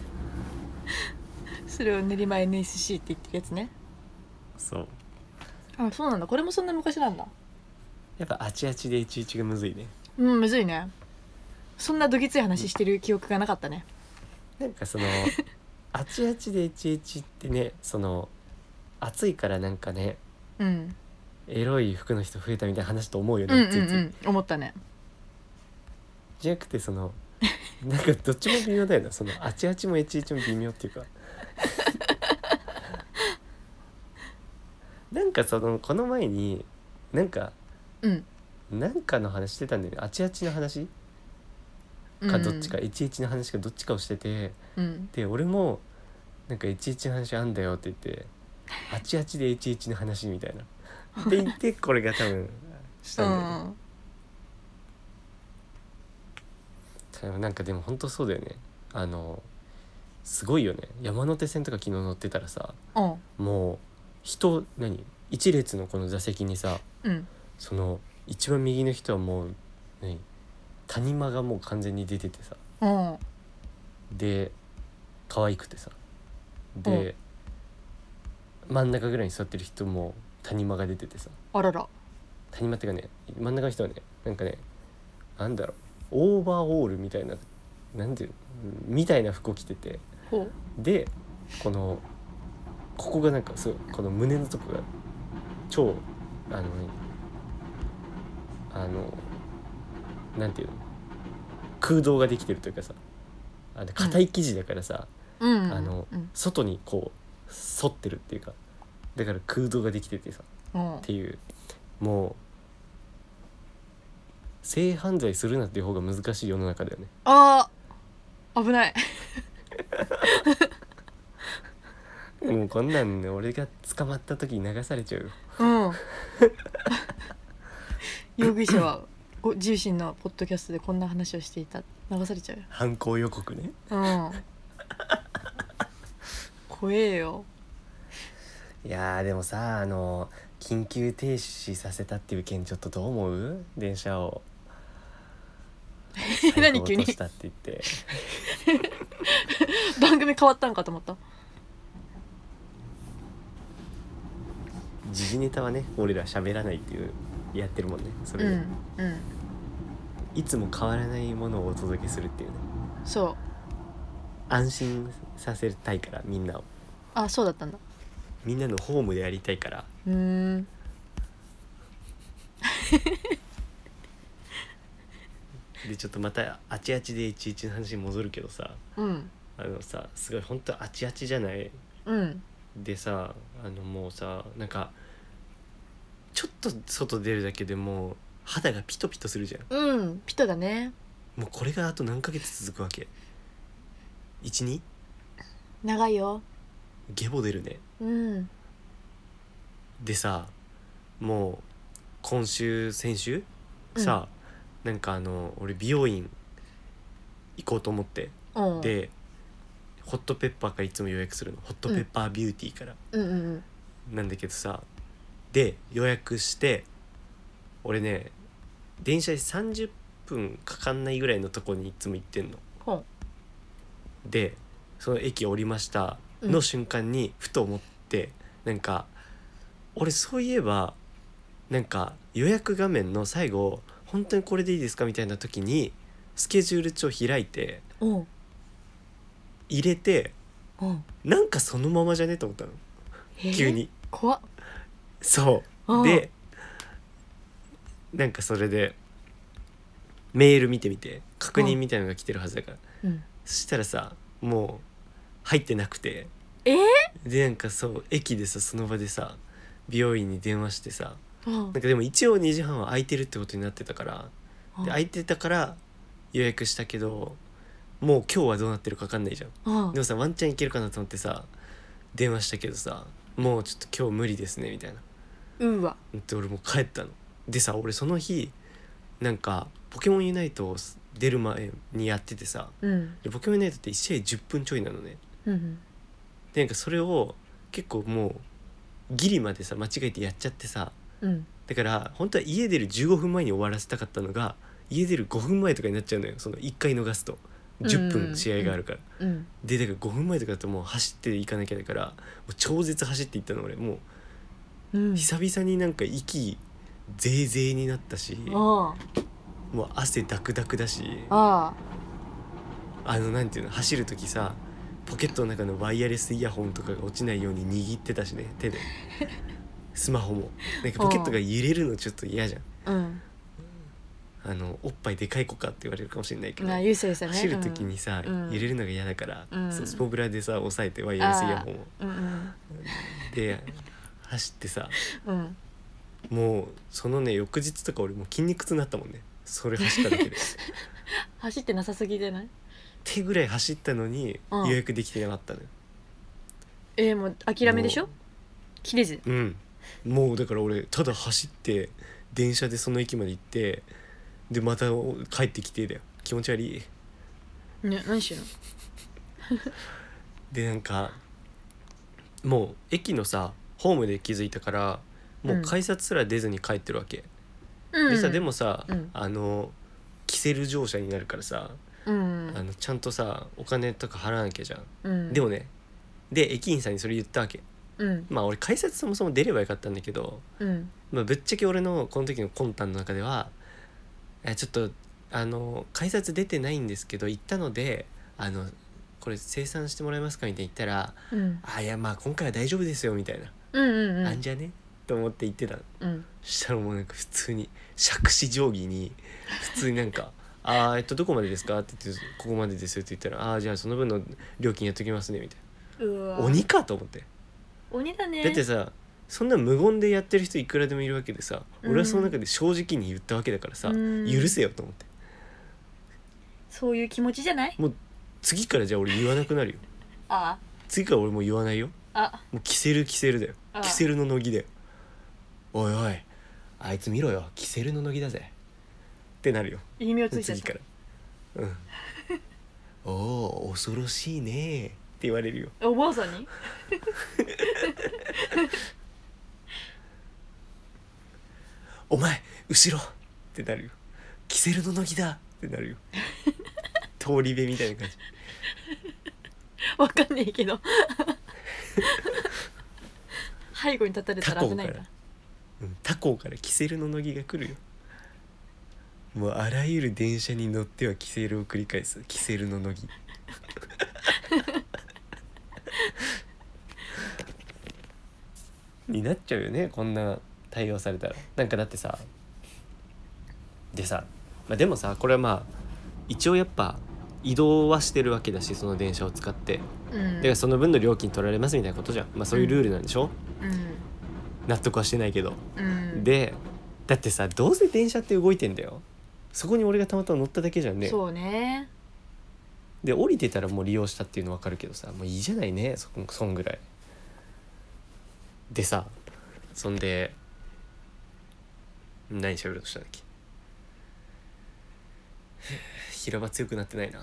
Speaker 2: [LAUGHS] それを練馬 NSC って言ってるやつね
Speaker 1: そう
Speaker 2: あそうなんだこれもそんな昔なんだ
Speaker 1: やっぱあちあちで11がむずいね
Speaker 2: うんむずいねそんなどぎつい話してる記憶がなかったね
Speaker 1: なんかそ [LAUGHS] のあちあちで11ってねその暑いからなんかね
Speaker 2: うん
Speaker 1: エロい服の人増えたみたいな話と思うよ
Speaker 2: う
Speaker 1: ね、
Speaker 2: んうん
Speaker 1: ついつい
Speaker 2: うん思ったね
Speaker 1: じゃなくてそのなんかどっちも微妙だよなそのあちあちも11も微妙っていう
Speaker 2: [LAUGHS]
Speaker 1: かなんかそのこの前になんか
Speaker 2: うん
Speaker 1: なんかの話してたんだよねあちあちの話かどっちか、11の話かどっちかをしてて
Speaker 2: うん
Speaker 1: で俺もなんか11の話あんだよって言ってあちあちで11の話みたいなって言ってこれが多分し
Speaker 2: う
Speaker 1: たんだよね
Speaker 2: ん
Speaker 1: 多分なんかでも本当そうだよねあのすごいよね山手線とか昨日乗ってたらさ
Speaker 2: うん
Speaker 1: もう人何一列のこの座席にさ
Speaker 2: うん
Speaker 1: その一番右の人はもう何谷間がもう完全に出ててさ
Speaker 2: うん
Speaker 1: で可愛くてさで、真ん中ぐらいに座ってる人も谷間が出ててさ
Speaker 2: あらら
Speaker 1: 谷間っていうかね真ん中の人はねなんかねなんだろうオーバーオールみたいななんていうのみたいな服を着てて
Speaker 2: ほ
Speaker 1: でこのここがなんかすごいこの胸のとこが超あのねあのなんていうの空洞ができてるというかさあの硬い生地だからさ、
Speaker 2: ううん
Speaker 1: あの
Speaker 2: うん
Speaker 1: 外にこう反ってるっていうかだから空洞ができててさ
Speaker 2: うん
Speaker 1: っていうもう性犯罪するなっていう方が難しい世の中だよ [LAUGHS] ね
Speaker 2: あー危ない
Speaker 1: もうこんなんね俺が捕まった時に流されちゃうよ
Speaker 2: うん。
Speaker 1: [LAUGHS]
Speaker 2: 容疑者はご自身のポッドキャストでこんな話をしていた流されちゃうよ
Speaker 1: 犯行予告ね
Speaker 2: うん怖えよ
Speaker 1: いやーでもさあの緊急停止させたっていう件ちょっとどう思う電車を [LAUGHS]
Speaker 2: 何急
Speaker 1: 最後落
Speaker 2: に
Speaker 1: としたって言って
Speaker 2: 番組変わったんかと思った
Speaker 1: 時事ネタはね俺ら喋らないっていうやってるもんねそれ
Speaker 2: う
Speaker 1: で、
Speaker 2: んうん
Speaker 1: いつも変わらないものをお届けするっていうね
Speaker 2: そう
Speaker 1: 安心させたいからみんなを
Speaker 2: あそうだったんだ
Speaker 1: みんなのホームでやりたいから
Speaker 2: うーん
Speaker 1: でちょっとまたあちあちで11の話に戻るけどさ
Speaker 2: うん
Speaker 1: あのさすごい本当あちあちじゃない
Speaker 2: うん
Speaker 1: でさあのもうさなんかちょっと外出るだけでもう肌がピトピトするじゃん
Speaker 2: うんピトだね
Speaker 1: もうこれがあと何ヶ月続くわけ12
Speaker 2: 長いよ
Speaker 1: ゲボ出るね
Speaker 2: うん
Speaker 1: でさもう今週先週さ、なんかあの俺美容院行こうと思って、
Speaker 2: うん
Speaker 1: でホットペッパーからいつも予約するのホットペッパービューティーから、
Speaker 2: うんうん
Speaker 1: なんだけどさで予約して俺ね電車で30分かかんないぐらいのとこにいつも行ってんの
Speaker 2: ほん
Speaker 1: でその駅降りました
Speaker 2: うん
Speaker 1: の瞬間にふと思って、なんか俺そういえばなんか予約画面の最後「本当にこれでいいですか?」みたいな時にスケジュール帳開いて
Speaker 2: うん
Speaker 1: 入れて
Speaker 2: うん
Speaker 1: なんかそのままじゃねと思ったの
Speaker 2: えー
Speaker 1: 急に。
Speaker 2: 怖っ
Speaker 1: そ
Speaker 2: ああ
Speaker 1: うでなんかそれでメール見てみて確認みたいのが来てるはずだから
Speaker 2: うん
Speaker 1: そしたらさもう入ってなくて
Speaker 2: えー
Speaker 1: でなんかそう駅でさその場でさ美容院に電話してさ
Speaker 2: うん
Speaker 1: なんかでも一応2時半は空いてるってことになってたからで空いてたから予約したけどもう今日はどうなってるか分かんないじゃん
Speaker 2: うん
Speaker 1: でもさワンチャンいけるかなと思ってさ電話したけどさもうちょっと今日無理ですねみたいな
Speaker 2: うわ
Speaker 1: で俺もう帰ったのでさ俺その日なんか「ポケモンユナイト」を出る前にやっててさ
Speaker 2: うん
Speaker 1: でポケモンユナイトって1試合10分ちょいなのね
Speaker 2: うん
Speaker 1: でなんかそれを結構もうギリまでさ間違えてやっちゃってさ
Speaker 2: うん
Speaker 1: だから本当は家出る15分前に終わらせたかったのが家出る5分前とかになっちゃうのよその1回逃すと10分試合があるから、
Speaker 2: うん
Speaker 1: でだから5分前とかだともう走っていかなきゃだからもう超絶走っていったの俺も
Speaker 2: うん
Speaker 1: う久々になんか息ぜいぜいになったし、
Speaker 2: あ
Speaker 1: もう汗ダクダクだし
Speaker 2: ああ
Speaker 1: あのなんていうの走る時さポケットの中のワイヤレスイヤホンとかが落ちないように握ってたしね
Speaker 2: [LAUGHS]
Speaker 1: 手でスマホもなんかポケットが揺れるのちょっと嫌じゃん
Speaker 2: あうん
Speaker 1: あのおっぱいでかい子かって言われるかもしれないけど
Speaker 2: まあ優勢でしたね
Speaker 1: 走る時にさ、
Speaker 2: うん
Speaker 1: 揺れるのが嫌だから、
Speaker 2: うん
Speaker 1: そうスポブラでさ押さえてワイヤレスイヤホンを
Speaker 2: うんうん
Speaker 1: で走ってさ
Speaker 2: うん
Speaker 1: もうそのね翌日とか俺もう筋肉痛になったもんねそれ走っただけ
Speaker 2: [LAUGHS]
Speaker 1: でっ
Speaker 2: 走ってなさすぎじゃない
Speaker 1: てぐらい走ったのに
Speaker 2: うん
Speaker 1: 予約できてなかったのよ
Speaker 2: えー、もう諦めでしょ
Speaker 1: も
Speaker 2: 切れず
Speaker 1: うんもうだから俺ただ走って電車でその駅まで行ってでまた帰ってきてだよ気持ち悪い
Speaker 2: ね何してんの
Speaker 1: でなんかもう駅のさホームで気づいたからもう改札すら出ずに帰ってるわけ、
Speaker 2: う
Speaker 1: で
Speaker 2: ん
Speaker 1: さでもさ、
Speaker 2: うん
Speaker 1: あのキセル乗車になるからさ、
Speaker 2: うん
Speaker 1: あのちゃんとさお金とか払わなきゃじゃん、
Speaker 2: うん
Speaker 1: でもねで駅員さんにそれ言ったわけ
Speaker 2: うん
Speaker 1: まあ俺改札そもそも出ればよかったんだけど
Speaker 2: うん
Speaker 1: まあ、ぶっちゃけ俺のこの時の魂胆の中ではえちょっとあの改札出てないんですけど行ったのであのこれ生産してもらえますかみたいに言ったら
Speaker 2: うんうん
Speaker 1: 「あいやまあ今回は大丈夫ですよ」みたいな「
Speaker 2: うんうん
Speaker 1: あんじゃね?」と思って言ってたの
Speaker 2: うん
Speaker 1: そしたらもうなんか普通に杓子定規に普通になんか「あーえっとどこまでですか?」って言って「ここまでですよ」って言ったら「ああーじゃあその分の料金やっときますね」みたいう
Speaker 2: わ
Speaker 1: な鬼かと思って
Speaker 2: 鬼だね
Speaker 1: だってさそんな無言でやってる人いくらでもいるわけでさ
Speaker 2: うん
Speaker 1: 俺はその中で正直に言ったわけだからさ、
Speaker 2: うん
Speaker 1: 許せよと思って
Speaker 2: そういう気持ちじゃない
Speaker 1: 次からじゃあ俺言わなくなるよ
Speaker 2: あ
Speaker 1: 次から俺もう言わないよ
Speaker 2: あ
Speaker 1: もうキセルキセルだよ
Speaker 2: あ
Speaker 1: キセルの乃木だよおいおいあいつ見ろよキセルの乃木だぜってなるよ
Speaker 2: いい目をついちゃっ
Speaker 1: 次か
Speaker 2: た
Speaker 1: らうん [LAUGHS] おお恐ろしいねって言われるよ
Speaker 2: おばあさんに
Speaker 1: お前後ろってなるよキセルの乃木だってなる
Speaker 2: [LAUGHS]
Speaker 1: よ通り部みたいな感じ
Speaker 2: わかんねえけど背後に立たれたら危ない
Speaker 1: 他校か
Speaker 2: な
Speaker 1: らうん他校からキセルの乃木が来るよもうあらゆる電車に乗ってはキセルを繰り返すキセルの [LAUGHS] 乃木になっちゃうよねこんな対応されたらなんかだってさでさ、まあ、でもさこれはまあ一応やっぱ移動はしてるわけだしその電車を使って
Speaker 2: うん
Speaker 1: だからその分の料金取られますみたいなことじゃん、まあ、そういうルールなんでしょ、
Speaker 2: うん
Speaker 1: 納得はしてないけど
Speaker 2: うん
Speaker 1: でだってさどうせ電車って動いてんだよそこに俺がたまたま乗っただけじゃんね
Speaker 2: そうね
Speaker 1: で降りてたらもう利用したっていうの分かるけどさもういいじゃないねそそんぐらいでさそんで何喋ろうとしたんだっけ平場強くなって
Speaker 2: [LAUGHS]
Speaker 1: ないな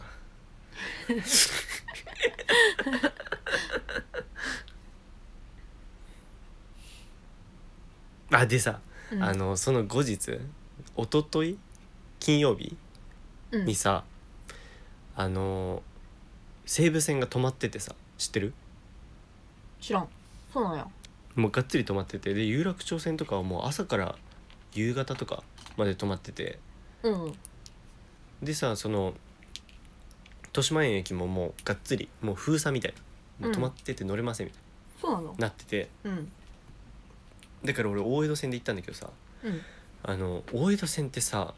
Speaker 1: あでさ、
Speaker 2: うん
Speaker 1: あのその後日一昨日金曜日
Speaker 2: うん
Speaker 1: にさ、あの西武線が止まっててさ知ってる
Speaker 2: 知らんそうなんや
Speaker 1: もうがっつり止まっててで有楽町線とかはもう朝から夕方とかまで止まってて
Speaker 2: うん
Speaker 1: でさその豊島園駅ももうがっつりもう封鎖みたいなもう止まってて乗れませんみたい
Speaker 2: そうなの
Speaker 1: な、なってて
Speaker 2: うん
Speaker 1: だから俺大江戸線で行ったんだけどさ
Speaker 2: うん
Speaker 1: あの大江戸線ってさ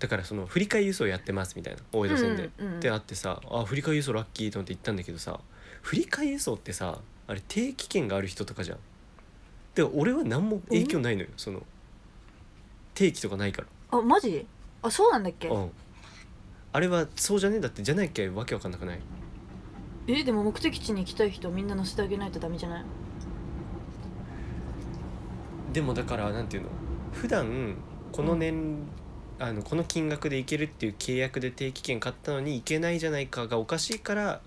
Speaker 1: だからその振り替え輸送やってますみたいな大江戸線で、
Speaker 2: うんうんうん
Speaker 1: ってあってさあ振り替え輸送ラッキーと思って行ったんだけどさ振り替え輸送ってさあれ定期券がある人とかじゃんで俺は何も影響ないのよ、その定期とかないから
Speaker 2: あマジあそうなんだっけ
Speaker 1: うんあれはそうじゃねえだってじゃないっけわけわかんなくない
Speaker 2: えでも目的地に行きたい人みんな乗せてあげないとダメじゃない
Speaker 1: でもだからなんていうの普段この年、あのこの金額で行けるっていう契約で定期券買ったのに行けないじゃないかがおかしいから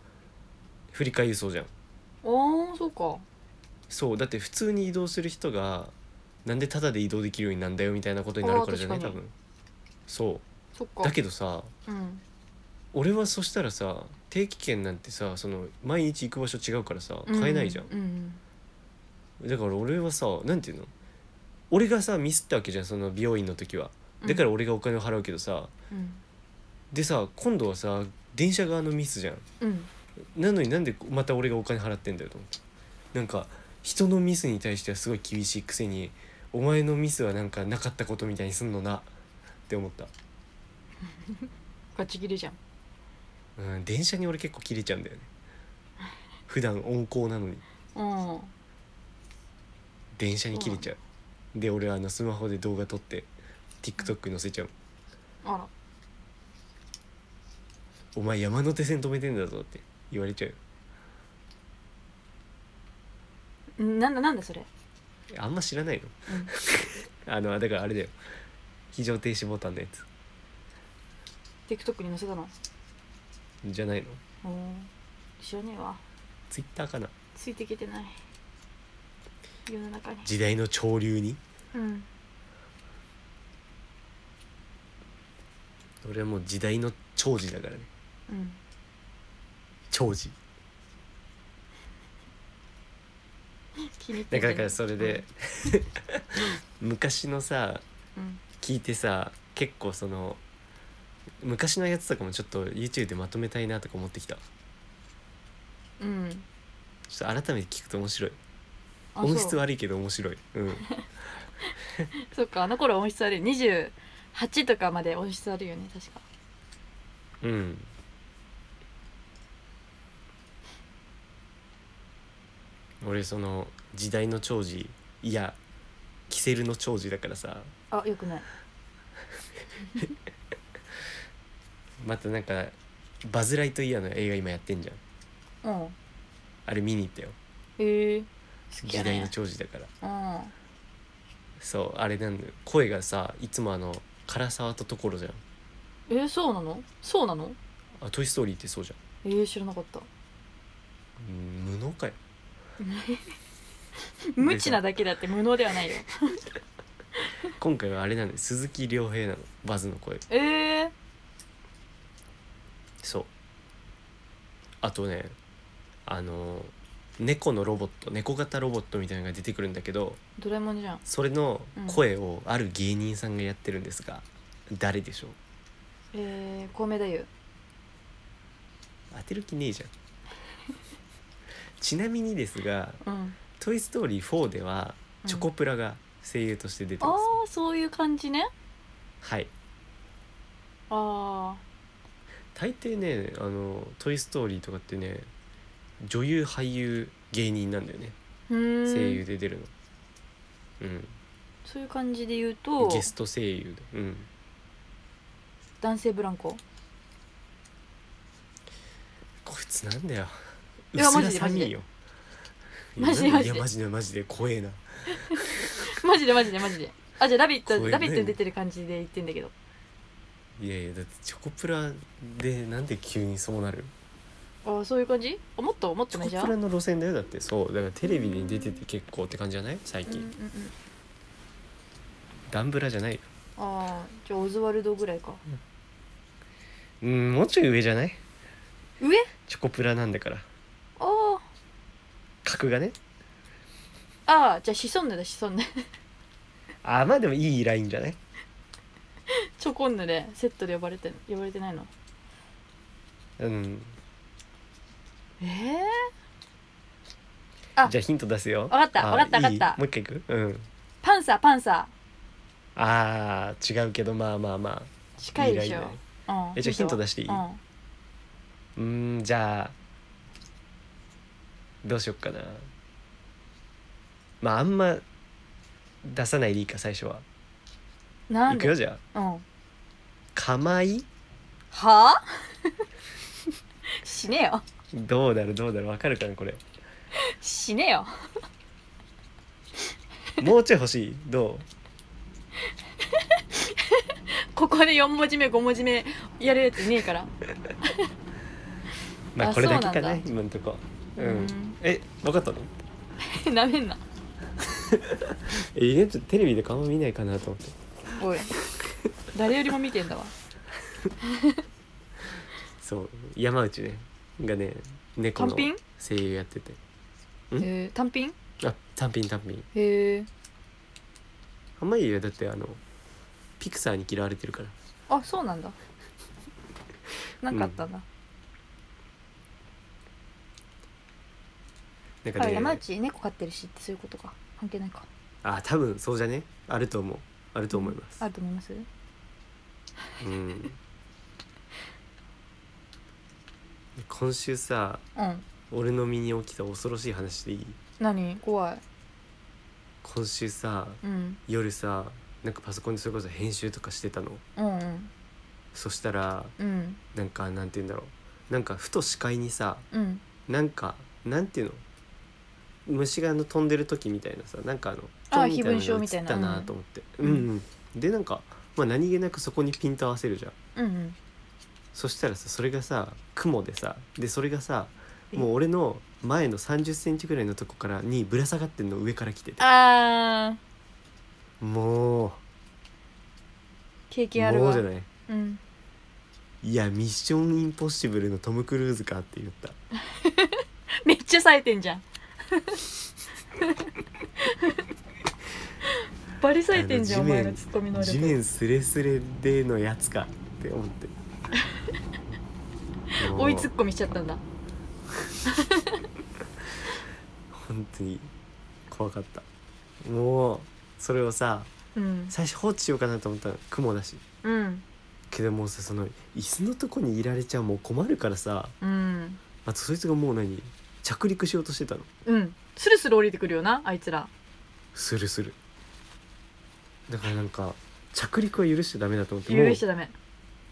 Speaker 1: 振り替え輸送じゃん
Speaker 2: あーそうか
Speaker 1: そうだって普通に移動する人がなんでタダで移動できるようになんだよみたいなことになるからじゃない
Speaker 2: あー
Speaker 1: 多
Speaker 2: 確か
Speaker 1: 分そ
Speaker 2: そっ
Speaker 1: う
Speaker 2: か
Speaker 1: だけどさ
Speaker 2: うん
Speaker 1: 俺はそしたらさ定期券なんてさその毎日行く場所違うからさ買えないじゃん、
Speaker 2: うん、うん
Speaker 1: だから俺はさなんていうの俺がさミスったわけじゃんその美容院の時はだから、俺がお金を払うけどさ、
Speaker 2: うん
Speaker 1: でさ今度はさ電車側のミスじゃん
Speaker 2: うん、
Speaker 1: なのになんでまた俺がお金払ってんだよと思ってなんか人のミスに対してはすごい厳しいくせにお前のミスはなんかなかったことみたいにすんのなって思った、
Speaker 2: ガチ切れじゃん
Speaker 1: うん、電車に俺結構切れちゃうんだよね普段温厚なのに
Speaker 2: うん
Speaker 1: 電車に切れちゃうで俺はあのスマホで動画撮って TikTok に載せちゃう
Speaker 2: あら
Speaker 1: 「お前山手線止めてんだぞ」って言われちゃうよ
Speaker 2: んなんだなんだそれ
Speaker 1: あんま知らないの [LAUGHS] あのだからあれだよ非常停止ボタンのやつ
Speaker 2: TikTok に載せたの
Speaker 1: じゃないの
Speaker 2: うん知らねえわ
Speaker 1: ツイッターかな
Speaker 2: ついてきてない世の中に
Speaker 1: 時代の潮流に
Speaker 2: うん
Speaker 1: 俺はもう時代の長寿だからね
Speaker 2: うん
Speaker 1: 長寿
Speaker 2: 気に入っ
Speaker 1: だ
Speaker 2: て
Speaker 1: からだからそれで [LAUGHS] 昔のさ
Speaker 2: うん
Speaker 1: 聞いてさ結構その昔のやつとかもちょっと YouTube でまとめたいなとか思ってきたち
Speaker 2: うん、うん、
Speaker 1: ょっと改めて聞くと面白い
Speaker 2: あ
Speaker 1: 音質
Speaker 2: そう
Speaker 1: 悪いけど面白いうん
Speaker 2: そっかあの頃音質悪い28とかまで音質悪いよね確か
Speaker 1: うん俺その時代の長寿いやキセルの長寿だからさ
Speaker 2: あよくない
Speaker 1: またなんか「バズ・ライトイヤー」の映画今やってんじゃん
Speaker 2: うん
Speaker 1: あれ見に行ったよ
Speaker 2: へえ好き
Speaker 1: 時
Speaker 2: や
Speaker 1: 代の
Speaker 2: ね
Speaker 1: 長寿だから
Speaker 2: うん
Speaker 1: そうあれなんだよ声がさいつもあの唐沢と所じゃん
Speaker 2: えー、そうなのそうなの
Speaker 1: 「あトイ・ストーリー」ってそうじゃん
Speaker 2: えー、知らなかった
Speaker 1: うん無能かよ
Speaker 2: 無知なだけだって無能ではないよ
Speaker 1: 今回はあれなんだよ鈴木亮平なのバズの声
Speaker 2: えー、
Speaker 1: そうあとねあの猫のロボット猫型ロボットみたいなのが出てくるんだけど
Speaker 2: ドラえもんじゃん
Speaker 1: それの声をある芸人さんがやってるんですが、誰でしょう
Speaker 2: えー、コウメ太夫
Speaker 1: 当てる気ねえじゃんちなみにですが
Speaker 2: うん
Speaker 1: 「トイ・ストーリー4」ではチョコプラが声優として出て
Speaker 2: あ
Speaker 1: ます、
Speaker 2: あそういう感じね
Speaker 1: はい
Speaker 2: あ
Speaker 1: 大抵ねあの「トイ・ストーリー」とかってね女優俳優芸人なんだよね
Speaker 2: あ声
Speaker 1: 声優で出るのうん
Speaker 2: そういう感じで言うと
Speaker 1: ゲスト声優でうん
Speaker 2: 男性ブランコ
Speaker 1: こいつなんだよ
Speaker 2: いや
Speaker 1: 薄
Speaker 2: マ
Speaker 1: ら
Speaker 2: ジでマ
Speaker 1: 寒
Speaker 2: ジで
Speaker 1: いよ
Speaker 2: マジで
Speaker 1: いやなん
Speaker 2: マジで
Speaker 1: いやマジでマジで怖えな
Speaker 2: [LAUGHS] マジでマジでマジであじゃあ「ラビット!」
Speaker 1: これ
Speaker 2: 「
Speaker 1: ね
Speaker 2: ラビット!」に出てる感じで言ってんだけど
Speaker 1: いやいやだってチョコプラでなんで急にそうなる
Speaker 2: ああそういう感じあもっともっ
Speaker 1: チ
Speaker 2: とメジ
Speaker 1: ョ
Speaker 2: ャ
Speaker 1: コプラ
Speaker 2: ー
Speaker 1: の路線だよだってそうだからテレビに出てて結構って感じじゃない最
Speaker 2: うんう
Speaker 1: 近、
Speaker 2: んうん
Speaker 1: ダンブラじゃないよ
Speaker 2: ああじゃあオズワルドぐらいか
Speaker 1: うんもうちょい上じゃない
Speaker 2: 上
Speaker 1: チョコプラなんだから
Speaker 2: あ
Speaker 1: 格がね
Speaker 2: あああじゃあシソンヌだシソンヌ [LAUGHS]
Speaker 1: あまあでもいいラインじゃない
Speaker 2: チョコンヌでセットで呼ばれて呼ばれてないの
Speaker 1: うん
Speaker 2: ええあ
Speaker 1: じゃあヒント出すよわ
Speaker 2: かったわかったわかった
Speaker 1: もう一回いくうん
Speaker 2: パンサーパンサ
Speaker 1: あー違うけどまあまあまあ
Speaker 2: ー近いでしょ
Speaker 1: いいラインだね
Speaker 2: うん
Speaker 1: えじゃあヒント出していい
Speaker 2: うん
Speaker 1: うーんじゃあどうしよっかなまああんま出さないでいいか最初は
Speaker 2: ないん
Speaker 1: く
Speaker 2: で
Speaker 1: よじゃあ
Speaker 2: うんは
Speaker 1: 「かまい」
Speaker 2: あ [LAUGHS] 死ねよ
Speaker 1: どうだろうどうだろうわかるかなこれ
Speaker 2: 死ねよ
Speaker 1: もうちょい欲しいど
Speaker 2: ここで4文字目5文字目やるやついねえから [LAUGHS]
Speaker 1: うまあ
Speaker 2: あ
Speaker 1: これだけか
Speaker 2: そうな
Speaker 1: なん
Speaker 2: だ
Speaker 1: 今んとこうん、
Speaker 2: うん
Speaker 1: えわかったの
Speaker 2: なめんな
Speaker 1: え意外とテレビであんま見ないかなと思って
Speaker 2: おい誰よりも見てんだわ
Speaker 1: そう山内ねがね猫の
Speaker 2: 単品
Speaker 1: 声優やっててん
Speaker 2: えー、単品
Speaker 1: あ単品単品
Speaker 2: へえ
Speaker 1: あんまりいいよだってあのピクサーに嫌われてるから
Speaker 2: あそうなんだなんかあったな、
Speaker 1: なん
Speaker 2: あ
Speaker 1: かね
Speaker 2: 山内猫飼ってるしってそういうことか関係ないか
Speaker 1: あ多分そうじゃねあると思うあると思います
Speaker 2: あると思います
Speaker 1: うん今週さ
Speaker 2: うん
Speaker 1: 俺の身に起きた恐ろしい話でいい
Speaker 2: 何怖い
Speaker 1: 今週さ
Speaker 2: うん
Speaker 1: 夜さなんかパソコンでそれこそ編集とかしてたの
Speaker 2: うんうん
Speaker 1: そしたら
Speaker 2: うん
Speaker 1: なんかなんて言うんだろうなんかふと視界にさ
Speaker 2: うん
Speaker 1: なんかなんていうの虫があの飛んでる時みたいなさなんかあの
Speaker 2: あ
Speaker 1: 飛んでたのが
Speaker 2: 飛蚊症みたいな
Speaker 1: 映ったなと思って、
Speaker 2: う
Speaker 1: う
Speaker 2: ん
Speaker 1: んうんでなんか、まあ、何気なくそこにピント合わせるじゃん
Speaker 2: うんうん
Speaker 1: そしたらさそれがさ雲でさでそれがさ
Speaker 2: え
Speaker 1: もう俺の前の3 0ンチぐらいのとこからにぶら下がってんの上から来てて
Speaker 2: あー
Speaker 1: もう
Speaker 2: 経験ある
Speaker 1: もう
Speaker 2: わ
Speaker 1: じゃない
Speaker 2: うん
Speaker 1: いやミッションインポッシブルのトム・クルーズかって言った
Speaker 2: [LAUGHS] めっちゃ冴えてんじゃ
Speaker 1: [LAUGHS]
Speaker 2: んバリ冴えてんじゃん
Speaker 1: あ
Speaker 2: お
Speaker 1: の地面
Speaker 2: 前のツッコミ能
Speaker 1: 地
Speaker 2: 力
Speaker 1: 面スレスレでのやつかって思って
Speaker 2: [LAUGHS]
Speaker 1: もう
Speaker 2: 追いツッコミしちゃったんだ
Speaker 1: 本当に怖かったもうそれをさ
Speaker 2: うん
Speaker 1: 最初放置しようかなと思ったの雲だし
Speaker 2: うん
Speaker 1: けどもうさその椅子のとこにいられちゃもう困るからさ
Speaker 2: うん
Speaker 1: あとそいつがもう何着陸しようとしてたの
Speaker 2: うんスルスル降りてくるよなあいつら
Speaker 1: するするだからなんか着陸は許しちゃダメだと思って
Speaker 2: 許
Speaker 1: もう
Speaker 2: しちゃダメ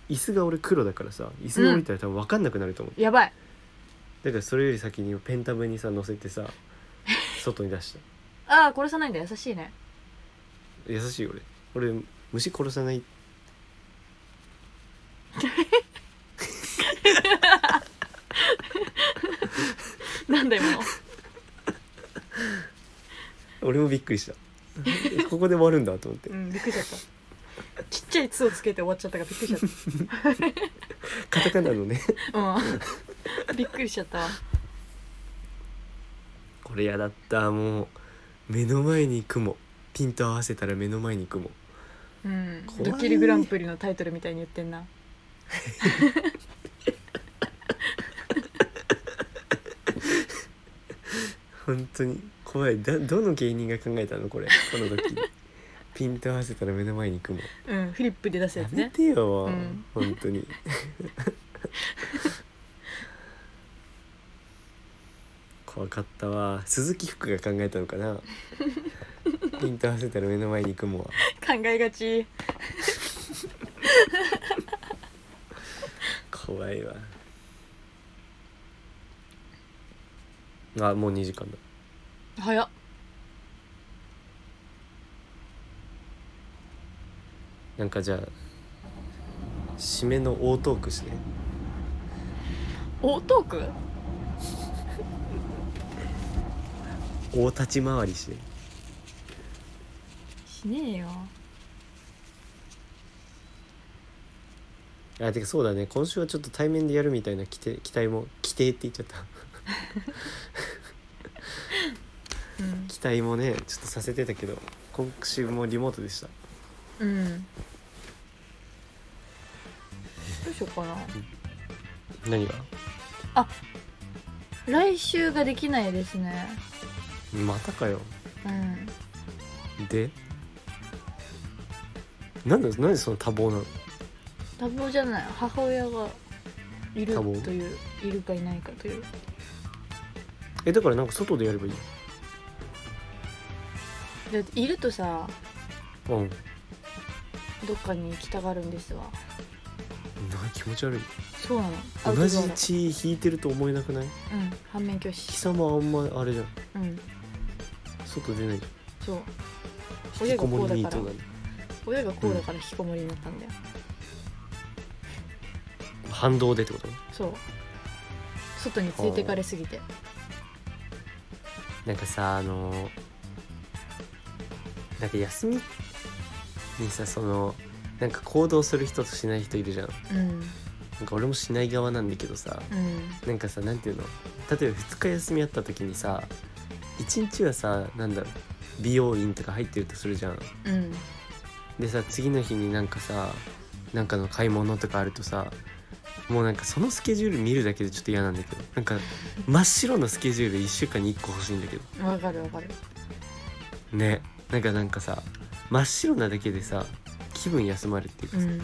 Speaker 1: 椅子が俺黒だからさ椅子が降りたら多分分かんなくなると思う、
Speaker 2: やばい
Speaker 1: だからそれより先にペンタブにさ乗せてさ外に出した
Speaker 2: ああ殺さないんだ優しいね [LAUGHS]
Speaker 1: 優しいよ俺俺虫殺さない
Speaker 2: なんだ今の
Speaker 1: 俺もびっくりした [LAUGHS] えここで終わるんだと思って
Speaker 2: うんびっくりしちゃったちっちゃい「つ」をつけて終わっちゃったからびっくりしちゃっ
Speaker 1: カタカナのね
Speaker 2: たうんびっくりしちゃったわ
Speaker 1: これやだったもう目の前に雲ピント合わせたら目の前に雲
Speaker 2: うん
Speaker 1: 怖い
Speaker 2: ドッキリグランプリのタイトルみたいに言ってんな
Speaker 1: 本当に怖いだどの芸人が考えたのこれこの時ピント合わせたら目の前に雲
Speaker 2: うんフリップで出すや
Speaker 1: や
Speaker 2: つ
Speaker 1: め
Speaker 2: ね
Speaker 1: てよ、
Speaker 2: うん
Speaker 1: 本当
Speaker 2: [LAUGHS]
Speaker 1: に怖かったわ鈴木福が考えたのかなピント合わせたら目の前に雲は
Speaker 2: 考えがち
Speaker 1: 怖いわあもう2時間だ
Speaker 2: 早っ
Speaker 1: なんかじゃあ締めの大トークして
Speaker 2: 大トーク
Speaker 1: 大立ち回りして
Speaker 2: しねえよ
Speaker 1: あてかそうだね今週はちょっと対面でやるみたいな規定期待も規定って言っちゃった
Speaker 2: うん
Speaker 1: 期待もねちょっとさせてたけど今週もリモートでした
Speaker 2: うんどうしようかな
Speaker 1: 何が
Speaker 2: 来週ができないですね
Speaker 1: またかよ
Speaker 2: うん
Speaker 1: でなんでなんでその多忙なの
Speaker 2: 多忙じゃない母親がいる
Speaker 1: 多忙
Speaker 2: といういるかいないかという
Speaker 1: えだからなんか外でやればいい
Speaker 2: だっているとさ
Speaker 1: うん
Speaker 2: どっかに行きたがるんですわ
Speaker 1: な気持ち悪い
Speaker 2: そうなのアウトド
Speaker 1: 同
Speaker 2: ア
Speaker 1: じ
Speaker 2: だ
Speaker 1: 血引いてると思えなくない
Speaker 2: うん反面教
Speaker 1: 貴
Speaker 2: 師
Speaker 1: 様あんまあれじゃん
Speaker 2: うん
Speaker 1: 外出ないじ
Speaker 2: そう
Speaker 1: ゃん引
Speaker 2: 親
Speaker 1: き
Speaker 2: が
Speaker 1: こ
Speaker 2: こ
Speaker 1: も
Speaker 2: うだ
Speaker 1: りニー
Speaker 2: か
Speaker 1: トだ
Speaker 2: ら
Speaker 1: ね
Speaker 2: 親がこうだから引きこもりになったんだよ
Speaker 1: 反動でってこと
Speaker 2: そう外に連れてかれすぎて
Speaker 1: なんかさあのなんか休みにさそのなんか行動する人としない人いるじゃん
Speaker 2: うん
Speaker 1: なんか俺もしない側なんだけどさ
Speaker 2: うん
Speaker 1: なんかさなんていうの例えば2日休みあった時にさ1日はさなんだろう美容院とか入ってるとするじゃん
Speaker 2: うん
Speaker 1: でさ次の日になんかさなんかの買い物とかあるとさもうなんかそのスケジュール見るだけでちょっと嫌なんだけどなんか真っ白のスケジュール1週間に1個欲しいんだけど
Speaker 2: わかるわかる
Speaker 1: ねなんかなんかさ真っ白なだけでさ気分休まるっていうか
Speaker 2: う
Speaker 1: さ、
Speaker 2: ん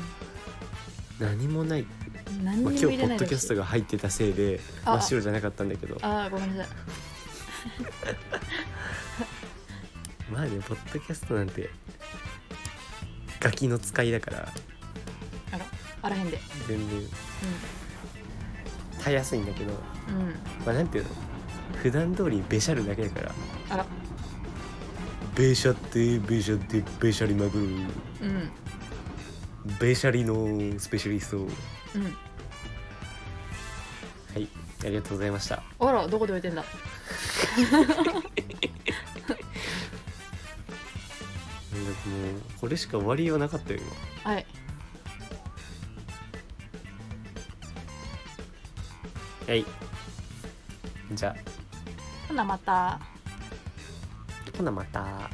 Speaker 1: 何もない、
Speaker 2: 何
Speaker 1: まあ、
Speaker 2: に
Speaker 1: 今
Speaker 2: も入
Speaker 1: 日
Speaker 2: れ
Speaker 1: ポ
Speaker 2: な
Speaker 1: ッ
Speaker 2: い
Speaker 1: ドキ
Speaker 2: だ
Speaker 1: ャ
Speaker 2: ろう
Speaker 1: ス
Speaker 2: し
Speaker 1: トが入ってたせいで
Speaker 2: あ
Speaker 1: 真っ白じゃなかったんだけど
Speaker 2: あーごめんなさい
Speaker 1: まあねポッドキャストなんてガキの使いだから
Speaker 2: あらあらへんで
Speaker 1: 全然たやすいんだけど
Speaker 2: うんうん
Speaker 1: まあなんていうの普段通りべしゃるだけだから
Speaker 2: あら
Speaker 1: べしゃってべしゃってべしゃりまくる
Speaker 2: うん
Speaker 1: べしゃりのスペシャリスト
Speaker 2: うん
Speaker 1: はいありがとうございました
Speaker 2: あらどこで置いてんだ
Speaker 1: なんかもうこれしか終わりようなかったよ今
Speaker 2: はい
Speaker 1: はいじゃあ
Speaker 2: ほなまた
Speaker 1: ほなまた。